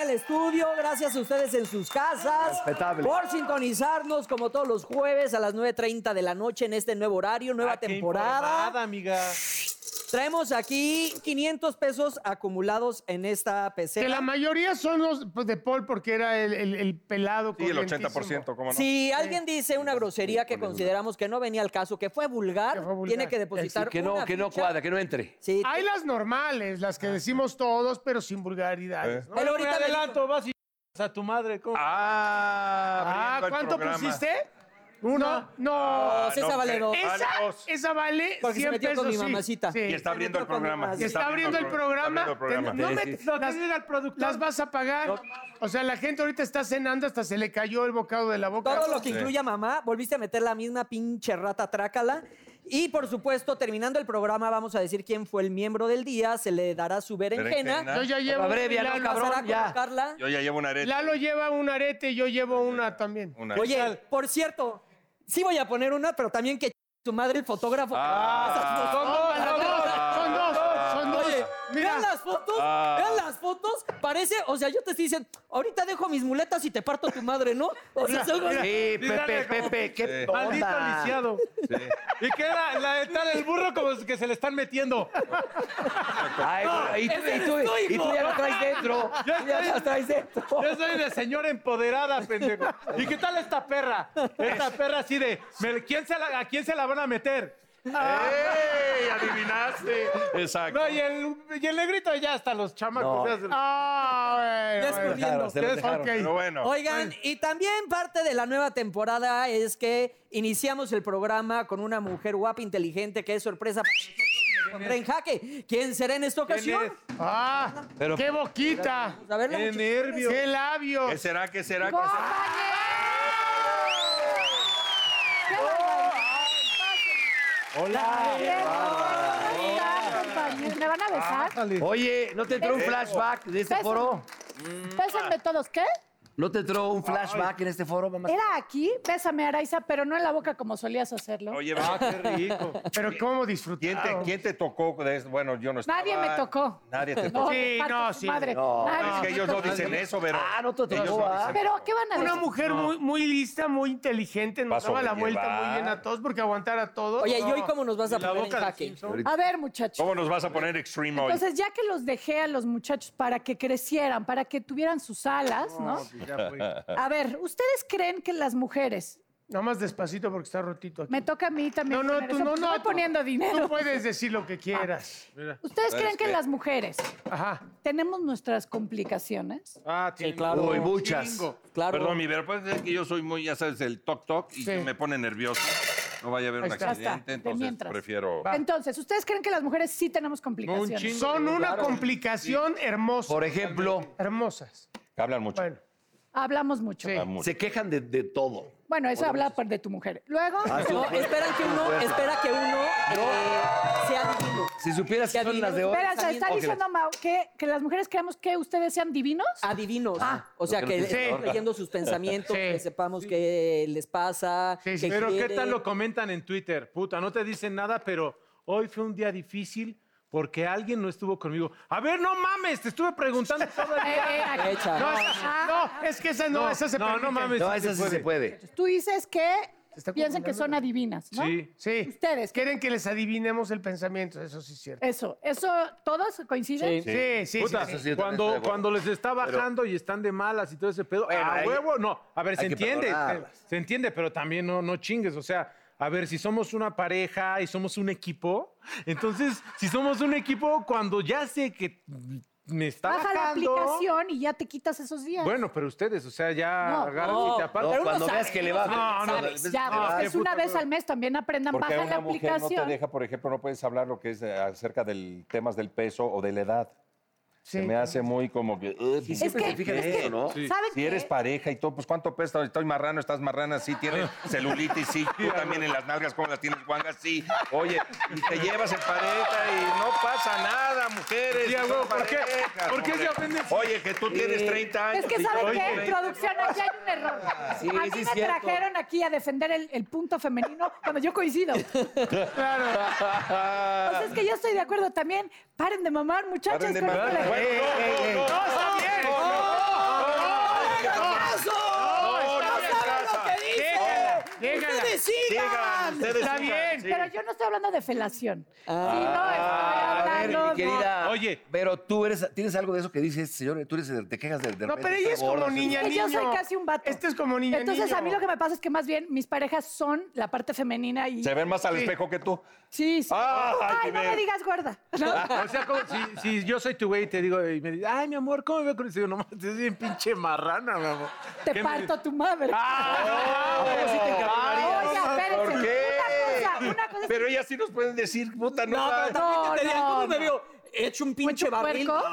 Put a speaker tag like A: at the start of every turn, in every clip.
A: al estudio, gracias a ustedes en sus casas.
B: Respetable.
A: Por sintonizarnos como todos los jueves a las 9.30 de la noche en este nuevo horario, nueva
C: Ah, qué
A: temporada.
C: informada, amiga.
A: Traemos aquí 500 pesos acumulados en esta
D: Que
A: pecera.
D: la mayoría son los pues, de Paul porque era el, el- el pelado.
E: Sí, el
D: corrientísimo.
E: 80%, ¿cómo no?
A: Si alguien dice una grosería que consideramos que no venía al caso, que fue vulgar,
D: Que fue vulgar.
A: tiene que depositar
B: que no,
A: una
B: que no
A: ficha.
B: cuadra, que no entre.
A: Sí.
D: Hay las normales, las que
E: Ah,
D: decimos todos, pero sin vulgaridades.
E: Eh.
D: ¿no?
A: Él
C: Bueno,
A: ahorita
C: me
A: me dijo-
C: adelanto, vas y a tu madre. ¿cómo?
E: Ah,
D: Ah,
E: abriendo el
D: ¿cuánto
E: programa.
D: pusiste? Uno. No.
E: Ah,
A: "Pues, esa vale
E: que-
A: dos.
E: vale
D: Esa,
E: dos.
D: esa vale
A: Porque se
D: 100
A: metió
D: pesos.
A: con mi
D: sí.
A: mamacita.
D: Sí.
E: Y está abriendo el programa.
A: Está
D: Está abriendo el programa.
E: Está abriendo el
D: Ten- No
B: Sí,
D: me,
B: sí.
C: No,
D: las,
C: que diga el productor.
D: las vas a pagar. O sea, la gente ahorita está cenando, hasta se le cayó el bocado de la boca.
A: Todo lo que incluya mamá, volviste a meter la misma pinche rata trácala. Y por supuesto, terminando el programa, vamos a decir quién fue el miembro del día, se le dará su berenjena.
E: Berenjena.
D: Yo ya llevo.
B: Abrevia, ¿no,
D: Lalo,
B: cabrón?
A: Pasará a
B: ya.
A: colocarla.
E: Yo ya llevo un arete.
D: Lalo lleva un arete y yo llevo una también.
E: Una
A: Oye, por cierto, sí voy a poner una, pero también que su madre el fotógrafo.
E: Ah.
A: Esas
D: No,
A: fotos.
B: Oh,
D: las dos, son dos, son dos.
A: Oye,
D: Mira,
A: vean las fotos,
E: Ah.
A: vean las fotos. Parece, o sea, yo te estoy diciendo, ahorita dejo mis muletas y te parto tu madre, ¿no? O sea, es algo-
B: Sí, Pepe,
C: Dígale cómo-
B: Pepe, qué
E: Sí.
C: Maldito
B: onda.
C: lisiado. Y queda la, está el burro como que se le están metiendo.
B: Ay, bueno, y, tú,
A: ese
B: y tú-
A: es tu
B: y tú
A: hijo.
B: ya lo traes dentro.
C: Ya
B: Tú ya
C: estoy-
B: lo traes dentro.
C: Yo soy de señora empoderada, pendejo. ¿Y qué tal esta perra? Esta perra así de, "Me- ¿quién se la- ¿a quién se la van a meter?
E: ¡Ey! Adivinaste. Exacto.
C: No, y el, y el negrito ya hasta los chamacos. se hacen-
D: Ah, bueno, bueno.
A: Descubriendo.
B: Se lo dejaron.
D: Ok.
E: Pero bueno.
A: Oigan, y también parte de la nueva temporada es que iniciamos el programa con una mujer guapa, inteligente, que es sorpresa para nosotros. y nos pondrá en jaque. ¿Quién será en esta ocasión?
C: es?
D: Ah,
B: Pero-
D: qué boquita.
A: A verla,
C: ¡Qué
A: muchachos.
C: nervios!
D: Qué labios.
E: ¿Qué será? ¿Qué será? ¿Qué será?
F: ¿Me van a besar?
B: Oye, ¿no te entró un flashback de este
F: Eso.
B: foro?
F: Bésenme todos, ¿qué?
B: ¿No te entró un flashback en este foro, mamá?
F: Era aquí, bésame Araiza, pero no en la boca como solías hacerlo.
E: Oye, va, qué rico.
D: Pero cómo
E: ¿Quién te,
D: disfrutaron.
E: quién te tocó? de eso? Bueno, yo no estaba.
F: Nadie me tocó.
E: Nadie te tocó.
F: No,
D: Sí,
F: parte
D: no,
F: de su
D: sí,
F: Madre.
B: no.
F: Nadie
E: Es que
F: me
E: ellos no
F: tocó.
E: dicen eso, pero.
B: Ah, no te
E: Ellos
B: tocó,
E: no
B: ah.
E: dicen-
F: Pero, ¿qué van a
D: Una
F: decir?
D: mujer muy, muy lista, muy inteligente,
E: Va
D: nos
E: a
D: daba la vuelta
E: sobrellevar.
D: muy bien a todos porque aguantar a todos.
A: Oye, ¿y
D: no.
A: hoy cómo nos vas a
C: La
A: poner en
C: boca de
A: jaque?
C: Simpson.
F: A ver, muchachos.
E: ¿Cómo nos vas a poner extreme hoy?
F: Entonces, ya que los dejé a los muchachos para que crecieran, para que tuvieran sus alas, ¿no?
D: pues
F: A ver, ¿ustedes creen que las mujeres...
D: Nada más despacito porque está rotito aquí.
F: Me toca a mí también.
D: No, no,
F: poner
D: tú
F: eso,
D: no,
F: porque
D: no.
F: Voy
D: tú-
F: poniendo
D: Tú
F: dinero.
D: puedes decir lo que quieras.
F: ¿Ustedes creen que las mujeres
D: Ajá.
F: tenemos nuestras complicaciones?
C: Ah,
A: Sí,
C: tiene-
A: claro.
B: Uy, muchas.
A: Claro.
E: Perdón, mi pero puede ser que yo soy muy, ya sabes, el toc toc y
D: Sí.
E: que me pone nervioso. No vaya a haber
D: Ahí
E: un
D: está.
F: Ya
E: accidente,
F: está, de
E: entonces
F: mientras.
E: prefiero.
D: Va.
F: Entonces, ¿ustedes creen que las mujeres sí tenemos complicaciones?
C: chingo.
D: Son una complicación hermosa.
B: Por ejemplo,
D: Hermosas.
E: Hablan mucho.
D: Bueno,
F: Hablamos mucho.
D: Sí.
E: Hablan mucho.
B: se quejan de, de todo.
F: Bueno, eso habla por- de tu mujer. Luego,
A: No, esperan que uno, espera que uno eh, sea divino.
B: Si supieras que son las de hoy.
F: espera, o sea, está
A: Ok,
F: diciendo Mau que, que las mujeres creemos que ustedes sean divinos.
A: Adivinos. o sea,
B: Lo
A: que
B: que
D: tiene
B: no
A: estemos
D: valor.
A: leyendo sus pensamientos,
D: Sí.
A: que sepamos qué les pasa.
D: Sí, sí.
A: qué
C: Pero qué
A: quieren.
C: tal lo comentan en Twitter, puta, no te dicen nada, pero hoy fue un día difícil porque alguien no estuvo conmigo. A ver, no mames, te estuve preguntando todo el
F: Eh,
C: día.
F: eh, aquí.
A: Echa.
D: No,
A: No,
D: esa- no, es que esa no, esa se
C: no, no
D: permite.
C: mames.
B: No,
C: sí
B: esa
C: se
B: sí se puede.
F: Tú dices que
D: está
F: piensan que son
D: confundiendo.
F: adivinas, ¿no?
C: Sí.
D: Sí.
F: Ustedes.
D: Quieren que les adivinemos el pensamiento, eso sí es cierto.
F: Eso, eso, ¿todos coinciden?
D: Sí, sí, sí.
C: Puta,
D: sí, sí.
B: sí, yo también estoy de
C: cuando,
B: acuerdo.
C: cuando les está bajando y están de malas y todo ese pedo,
B: Bueno,
C: a
B: hay-
C: huevo, no. A ver, se
B: hay que
C: entiende, se,
B: perdonarlas.
C: se entiende, pero también no, no chingues. O sea, a ver, si somos una pareja y somos un equipo, entonces, si somos un equipo, cuando ya sé que me está
F: Baja la
C: bajando...
F: aplicación y ya te quitas esos días.
C: Bueno, pero ustedes, o sea, ya
F: No.
C: agarran y te apartan.
B: No,
A: Pero uno
B: cuando
A: sabe,
B: veas que le
A: uno
B: va.
C: sabe,
B: cuando
C: sabes,
B: ves
F: ya,
B: que le va-
C: Ah,
F: es
C: qué
F: una
C: puta
F: vez al mes, también aprendan,
E: Porque
F: baja la
E: una mujer no te
F: aplicación.
E: deja, por ejemplo, no puedes hablar lo que es eh, acerca del temas del peso o de la edad. Se
D: Sí.
E: me hace muy como que. uh,
B: Y siempre
F: que-
B: se fijan en
F: es que-
B: pues, eso, ¿no?
F: ¿Saben
E: Si eres
F: qué?
E: pareja y todo, pues ¿cuánto pesa? Estoy marrano, estás marrana, sí, tienes celulitis, sí, tú también en las nalgas, ¿cómo las tienes, guangas? Sí. Oye, y te llevas en pareja y no pasa nada, mujeres.
C: Sí, a
E: son
C: huevo, ¿por qué?
E: parejas,
C: ¿Por qué
E: hombre.
C: se ofenden?
E: Oye, que tú tienes 30 años.
F: Es que,
E: y yo
F: ¿saben qué?
E: 20.
F: En producción aquí hay un error.
B: Sí,
F: a mí
B: sí,
F: me
B: es cierto.
F: trajeron aquí a defender el, el punto femenino cuando yo coincido. Claro. Pues es que yo estoy de acuerdo también. Paren de mamar, muchachos.
E: Paren de
F: con
E: mamar.
F: esto de-
E: Bueno, no, no, no,
D: No, está bien.
F: Oh,
A: sigan!
E: Sigan, ustedes
D: Está
E: sigan,
D: bien,
E: sí.
F: Pero yo no estoy hablando de felación.
B: Ah,
F: sí, no,
B: a
F: estoy
B: ver,
F: hablando.
B: mi querida.
C: Oye.
B: Pero tú eres, tienes algo de eso que dices, señor, tú eres, de- te quejas de, de
D: No,
B: repente,
D: pero ella es
B: está gorda,
D: como
B: sí.
D: niña,
F: Pues
D: niño.
F: yo soy casi un vato.
D: Este es como niña,
F: Entonces,
D: niño.
F: a mí lo que me pasa es que más bien mis parejas son la parte femenina y.
E: Se ven más al
D: Sí.
E: espejo que tú.
F: Sí, sí.
E: Ah, hay
F: Ay,
E: que
F: no
E: ver.
F: me digas gorda. ¿no?
C: O sea, como si, si yo soy tu güey y te digo, y me dices, ay, mi amor, ¿cómo me veo con eso? Y yo, no, mames, es bien pinche marrana, mi amor. ¿Qué me-
F: Te parto tu madre.
C: ¡Ah! no, sí te encabronarías.
F: Oye, espérense.
E: ¿Por qué?
F: Una cosa, una cosa es
E: Pero ellas sí nos pueden decir, puta, no,
A: No, pero
E: sabes.
A: también
F: No,
A: te dirían,
F: no,
A: ¿cómo me
F: no.
A: veo? He hecho un pinche
F: mucho
A: barril.
F: puerco.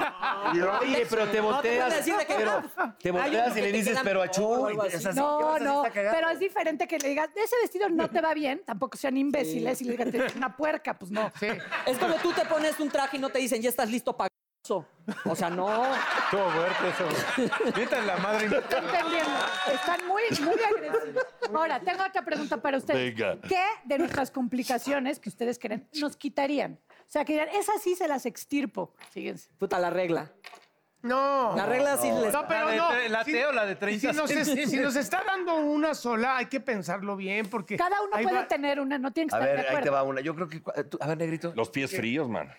B: Y, Oye, pero te
A: No te puedo
B: volteas.
A: decir de qué-
B: pero te
A: Hay uno
B: volteas y
A: que
B: le
A: te
B: dices,
A: queda
B: pero
A: mejor o algo
B: achú.
A: así.
B: es así, esa
F: No,
B: sí
F: no,
B: está cagada.
F: pero es diferente que le digas, ese vestido no te va bien, tampoco sean imbéciles y le digan, "Tienes una puerca, pues no.
D: Sí.
A: Es como tú te pones un traje y no te dicen, ya estás listo para O sea, no.
C: Estuvo fuerte eso. Mientras la madre.
F: Estoy entendiendo. Están muy, muy agresivos. Ahora, tengo otra pregunta para ustedes.
E: Venga.
F: ¿Qué de nuestras complicaciones que ustedes creen nos quitarían? O sea, que dirían, esas sí se las extirpo. Fíjense.
A: Puta, la regla.
D: No.
A: La regla sí les...
D: No, pero
C: ¿La de
D: no.
C: tre- la
D: Si-
C: T o la de 30
D: Si nos, es- si nos está dando una sola, hay que pensarlo bien porque...
F: Cada uno
D: ahí
F: puede
D: va-
F: tener una, no tienen que
B: A
F: estar
B: ver,
F: de
B: ahí te
F: acuerdo.
B: va una. Yo creo que. cua- tú- A ver, negrito.
E: Los pies fríos, man.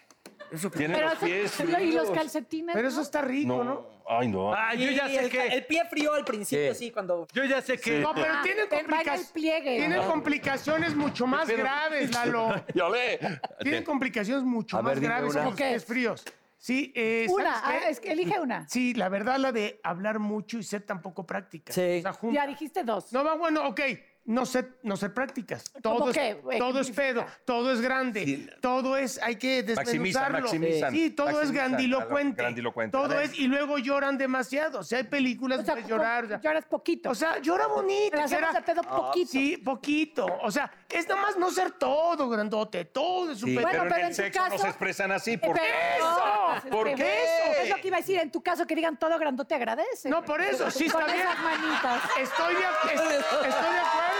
B: Eso
E: Tienen
F: Pero
E: los
F: eso-
E: pies
F: y los
E: fríos.
F: calcetines.
D: pues, Pero
F: ¿no?
D: eso está rico, ¿no?
E: No, ay, no.
C: Ah, yo ya
A: Sí,
C: sé
A: el,
C: que.
A: el pie frío al principio,
B: ¿Qué?
A: sí, cuando...
C: Yo ya sé que.
D: No, pero
F: Ah,
D: tiene
F: te va en el
D: complicaciones.
F: pliegue. Ah.
D: Tiene
F: Ajá.
D: complicaciones mucho más graves, Lalo.
E: Yo le.
D: Tiene complicaciones mucho
B: A
D: más
B: ver, dime
D: graves
B: una.
D: que los
F: ¿Qué?
D: pies fríos. Sí, eh, ¿sabes
F: Una,
D: qué?
F: ah, es que elige una.
D: Sí, la verdad, la de hablar mucho y ser tan poco práctica.
A: Sí.
D: O sea, junta.
F: Ya dijiste dos.
D: No va bueno, ok. No ser, no ser prácticas. Todo, es,
F: qué?
D: todo es pedo,
F: Ejemplifica.
D: todo es grande,
E: Sí.
D: todo es, hay que
E: Maximizan,
D: desmenuzarlo.
E: maximizan,
D: sí, todo es
E: maximizan,
D: grandilocuente.
E: grandilocuente.
D: Todo
E: A ver.
D: es, y luego lloran demasiado. O sea, hay películas
F: O sea,
D: donde llorar. o sea,
F: lloras poquito.
D: o sea, llora bonito.
F: Pero hacemos
D: llora-
F: de pedo poquito.
D: Sí, poquito. O sea, es nada más no ser todo grandote, todo es un pedo.
F: Bueno,
E: Pero,
F: pero
E: en
F: en
E: el
F: tu
E: sexo
F: caso-
E: no se expresan así. ¿Por qué?
F: eso?
E: ¿Por qué eso?
F: Es lo que iba a decir. En tu caso, que digan todo grandote agradece.
D: No, por eso, sí está
F: Con
D: bien.
F: esas manitas.
D: Estoy de, ac- es- estoy de
E: Ah,
D: acuerdo.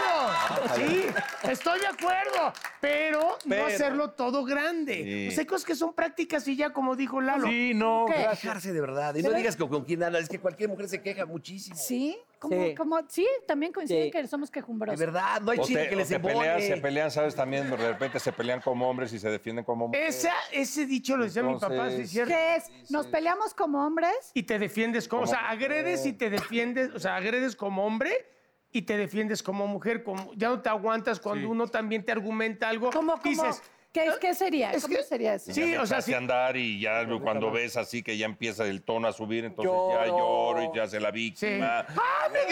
D: Sí, estoy de acuerdo. Pero, no
E: Pero-
D: hacerlo todo grande.
E: Sí.
D: O sea, hay cosas que son prácticas y ya, como dijo Lalo.
C: Sí, no.
F: ¿Qué?
C: gracias.
B: Quejarse de verdad. Y no digas que con quién habla. Es que cualquier mujer se queja muchísimo.
F: Sí, como,
A: Sí.
F: como, sí, también coinciden
A: Sí.
F: que somos
B: De
F: quejumbrosos.
B: verdad, no hay
E: O
B: chile
E: te-
B: que
E: o
B: les
E: se pelean,
B: embone.
E: se pelean, ¿sabes? También de repente se pelean como hombres y se defienden como hombres.
D: Esa, ese dicho lo decía mi papá, sí,
E: Entonces-
D: es cierto.
F: ¿Qué es? ¿Nos peleamos como hombres?
D: Y te defiendes como, o sea, agredes y te defiendes, o sea, agredes como hombre y te defiendes como mujer, como ya no te aguantas cuando uno también te argumenta algo,
F: ¿Cómo, cómo?
D: dices,
F: ¿Qué, qué sería?
D: Es
F: ¿Cómo
D: que-
F: sería eso?
D: Sí, o sea, sí.
E: hace andar y ya cuando ves así que ya empieza el tono a subir, entonces ya
A: Lloro.
E: lloro y ya se la víctima.
D: ¡ah, me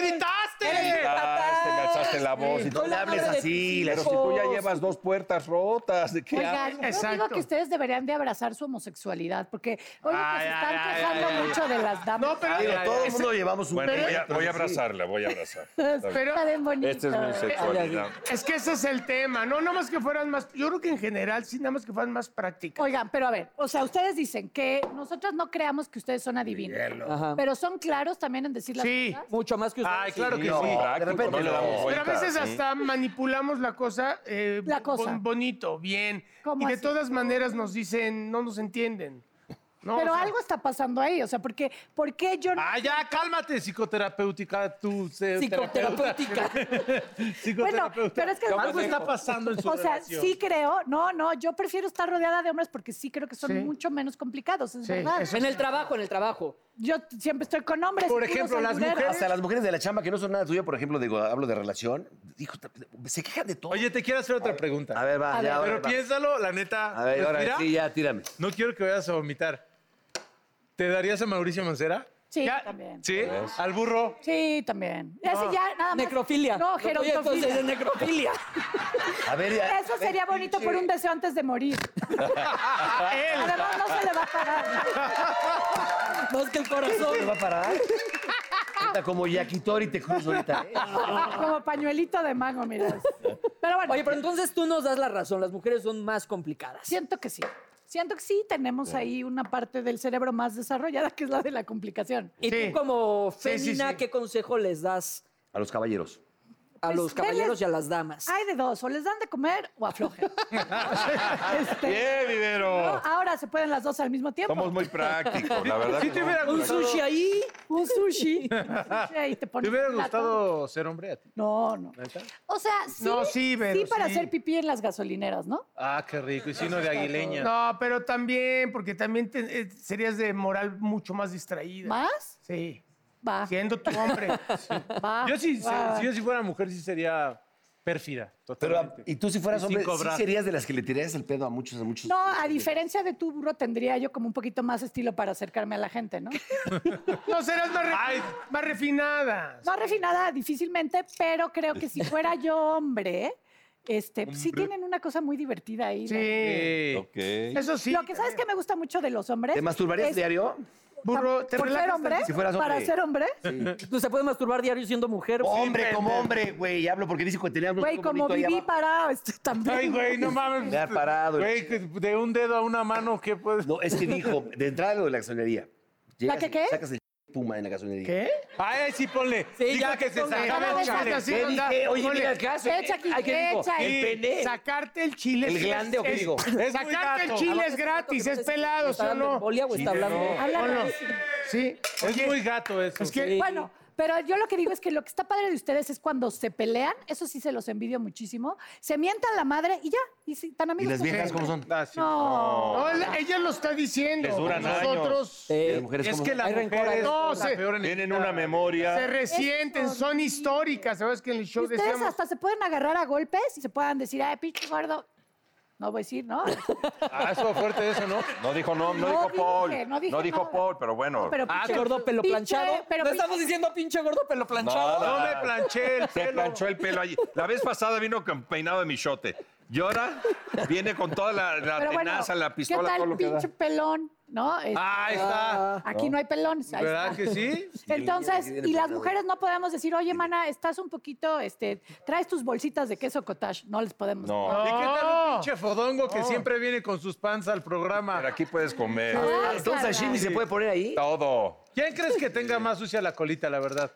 D: gritaste!
E: Gritaste, me alzaste la voz y
B: Oh, No
E: todo.
B: le hables así. la
E: Pero si tú ya llevas dos puertas rotas, ¿de qué
F: Oigan,
E: hablas?
F: yo digo
D: Exacto.
F: que ustedes deberían de abrazar su homosexualidad, porque hoy que se están
C: ay,
F: quejando
C: ay, ay,
F: mucho de las damas.
D: No, pero,
B: Digo, todo el
D: ese-
B: mundo llevamos un
E: Bueno, voy a,
B: pero-
E: voy a abrazarla, voy a abrazar.
D: pero
F: Está bien bonito.
E: Esta Este es mi sexualidad.
D: es que ese es el tema, no nada más que fueran más, yo creo que en general sí, nada más que fueran más prácticas.
F: Oigan, pero a ver, o sea, ustedes dicen que nosotros no creamos que ustedes son adivinos,
A: Ajá.
F: pero son claros también en decir las
D: Sí.
F: cosas.
A: Mucho más que ustedes.
C: Ay, claro que
E: No,
C: sí.
E: práctico,
B: repente
E: no le damos
B: no.
D: Pero
E: vuelta,
D: a veces
E: ¿sí?
D: hasta manipulamos la cosa, eh,
F: La cosa.
D: bon- bonito, bien.
F: ¿Cómo
D: Y de
F: así?
D: todas maneras nos dicen, no nos entienden. No,
F: Pero
D: o sea,
F: algo está pasando ahí, o sea, porque ¿por qué yo no?
C: Ah, ya, cálmate, psicoterapéutica, tú, se- terapeuta.
A: Psicoterapéutica.
F: Bueno,
C: psicoterapeuta.
F: pero es que
C: Algo está pasando en su
F: O sea,
C: relación.
F: sí creo, no, no, yo prefiero estar rodeada de hombres porque sí creo que son
D: Sí.
F: mucho menos complicados, es
D: Sí,
F: verdad.
D: eso
A: En el trabajo, en el trabajo.
F: Yo siempre estoy con hombres.
C: Por
F: y puros
C: ejemplo, las
F: albureros.
C: mujeres-
B: Hasta las mujeres de la chamba que no son nada tuya, por ejemplo, digo, hablo de relación, dijo, se quejan de todo.
C: Oye, te quiero hacer otra pregunta.
B: a ver, va,
F: a ver.
B: ya, ahora
C: Pero
B: va.
C: piénsalo, la neta.
B: A ver, ahora
C: respira.
B: sí, ya, tírame.
C: No quiero que vayas a vomitar. ¿Te darías a Mauricio Mancera?
F: Sí,
D: Ya-
F: también. Sí.
C: ¿Sí? ¿Al burro?
F: también. Ese ya, nada más.
A: Necrofilia.
F: No,
A: Oye, Entonces es
F: gerontofilia.
A: necrofilia.
B: A ver, ya.
F: Eso sería bonito por un deseo antes de morir. Además, no se le va a parar.
A: No es que el corazón.
B: ¿Te va a parar? Está como Yakitori te cruzo ahorita. ¿eh?
F: Como pañuelito de mango, mira. Pero bueno,
A: Oye, pero entonces tú nos das la razón. Las mujeres son más complicadas.
F: siento que sí. Siento que sí tenemos ahí una parte del cerebro más desarrollada, que es la de la complicación.
A: Y
D: Sí.
A: tú como
D: Sí, sí,
A: fémina,
D: sí.
A: ¿qué consejo les das?
B: A los caballeros.
A: a
F: Pues,
A: los
F: denles-
A: caballeros y a las damas.
F: Hay de dos, o les dan de comer o aflojen. Este,
E: Bien,
F: ¿no?
E: Vivero.
F: Ahora se pueden las dos al mismo tiempo.
E: Somos muy prácticos, la verdad.
C: Sí
E: que
C: te
E: no.
C: hubiera
A: Un
C: gustado,
A: sushi ahí.
F: Un sushi. un sushi y te pones
C: te hubiera
F: un plato.
C: gustado ser hombre a ti.
F: No, no.
C: ¿Neta?
F: O sea, sí,
D: No, sí, Vero,
F: para
D: sí.
F: hacer pipí en las gasolineras, ¿no?
C: Ah, qué rico. Y si no de aguileña.
D: No, pero también, porque también te- eh, serías de moral mucho más distraída.
F: ¿Más?
D: Sí.
F: Va.
D: Siendo tu hombre.
F: va,
C: Yo sí, sí,
F: va.
C: si yo si fuera mujer sí sería pérfida.
B: Pero,
C: Totalmente.
B: y tú si fueras
C: Y sin
B: hombre, ¿sí
C: cobrar.
B: serías de las que le tirarías el pedo a muchos, a muchos.
F: No, a diferencia de tu burro, tendría yo como un poquito más estilo para acercarme a la gente, ¿no?
D: No, serás más, re-
C: Ay.
D: más refinada.
F: No refinada, difícilmente, pero creo que si fuera yo hombre, este, sí tienen una cosa muy divertida ahí. ¿no?
D: Sí.
C: Sí.
E: Ok.
D: Eso sí.
F: Lo que sabes que me gusta mucho de los hombres.
B: ¿Te masturbarías
F: es-
B: diario?
D: Burro, ¿te
F: ¿Por ser
D: relajas
F: hombre?
B: Si fueras
F: ¿Para
B: hombre.
F: ser hombre?
A: Tú se puedes masturbar diario siendo mujer.
B: Hombre, como hombre, güey. Hablo porque dice que tenía un
F: Güey, como viví para este, también.
C: Ay, güey, no mames.
B: Me ha parado el
C: Güey, que de un dedo a una mano, ¿qué puedes?
B: No, es que dijo, de entrada lo de la gasolinería. Llegas
F: ¿La que
B: y
F: qué?
B: Sacas el puma en la gasolinería.
D: ¿Qué?
C: Ay, sí, ponle.
A: Sí,
C: Dijo
A: ya,
C: que se
A: ponle.
C: sacaba
D: Cada
C: el
D: vez
C: chale.
D: más así.
B: ¿Qué
D: anda,
B: dije? Oye,
D: ponle.
B: mira el caso.
F: Echa aquí,
B: Ay, ¿qué dijo?
F: echa ahí.
B: El pene.
D: Sacarte el chile.
B: ¿El
D: sí
B: glande o qué
D: es-
B: digo?
C: muy
D: Sacarte el
C: gato.
D: chile
A: Además,
D: es
A: este
D: gratis,
A: vato no
D: es
A: sé si
D: pelado, ¿sí
A: ¿Está
D: o
A: hablando
D: no?
A: embolia o está hablando?
F: Habla
D: Ponlo.
F: rarísimo.
D: Sí.
C: Es muy gato eso.
D: Es que-
C: sí.
F: Bueno, pero yo lo que digo es que lo que está padre de ustedes es cuando se pelean, eso sí se los envidio muchísimo, se mientan la madre y ya, y sí, tan
B: ¿Y
F: amigos.
B: las
F: como
B: viejas
F: siempre.
B: cómo son?
C: Ah, sí.
F: No.
D: No, él- ella lo está diciendo.
E: Les duran
D: Nosotros
B: ¿Y
A: Eh,
B: las mujeres
C: Es
B: cómo
C: que
B: son?
C: la
A: Hay
C: mujer
A: rencor ahí.
C: es
D: No,
C: la
D: se-
C: peor
E: Tienen
C: enemiga.
E: una memoria.
D: se resienten,
F: Eso es
D: son
F: horrible.
D: históricas. Sabes que en el
F: Y
D: show
F: ustedes
D: decíamos.
F: hasta se pueden agarrar a golpes y se puedan decir, ay, pinche gordo. No voy a decir, ¿no?
C: Ah, estuvo fuerte eso, ¿no?
E: No dijo no, no,
F: No
E: dijo
F: dije,
E: Paul.
F: no dije
E: dijo
F: nada.
E: Paul, pero bueno.
F: No, pero
A: Ah,
F: pinche-
A: gordo pelo
F: pinche-
A: planchado.
F: pero
A: ¿No
F: pinche-
A: estamos diciendo pinche gordo pelo planchado?
E: Nada.
C: No me planché el
E: Se
C: pelo.
E: planchó el pelo allí. La vez pasada vino con peinado de michote. Y ahora viene con toda la, la
F: pero bueno,
E: tenaza, la pistola,
F: ¿Qué
E: todo
F: tal
E: lo que da.
F: pinche pelón? ¿No? Es-
C: Ah, ahí está.
F: aquí no. hay pelones. ahí
C: ¿Verdad
F: está.
C: que sí?
F: Entonces,
B: Sí, viene
F: y las
B: pelado.
F: mujeres no podemos decir, oye, mana, estás un poquito, este, traes tus bolsitas de queso cottage. No les podemos.
E: No,
C: ¿Y qué tal un
D: No.
C: pinche fodongo que siempre viene con sus panzas al
E: pero
C: programa?
E: aquí puedes comer.
F: Ah,
B: ¿Entonces
F: caray.
B: sashimi se puede poner ahí?
E: Todo.
C: ¿Quién crees que tenga más sucia la colita, la verdad?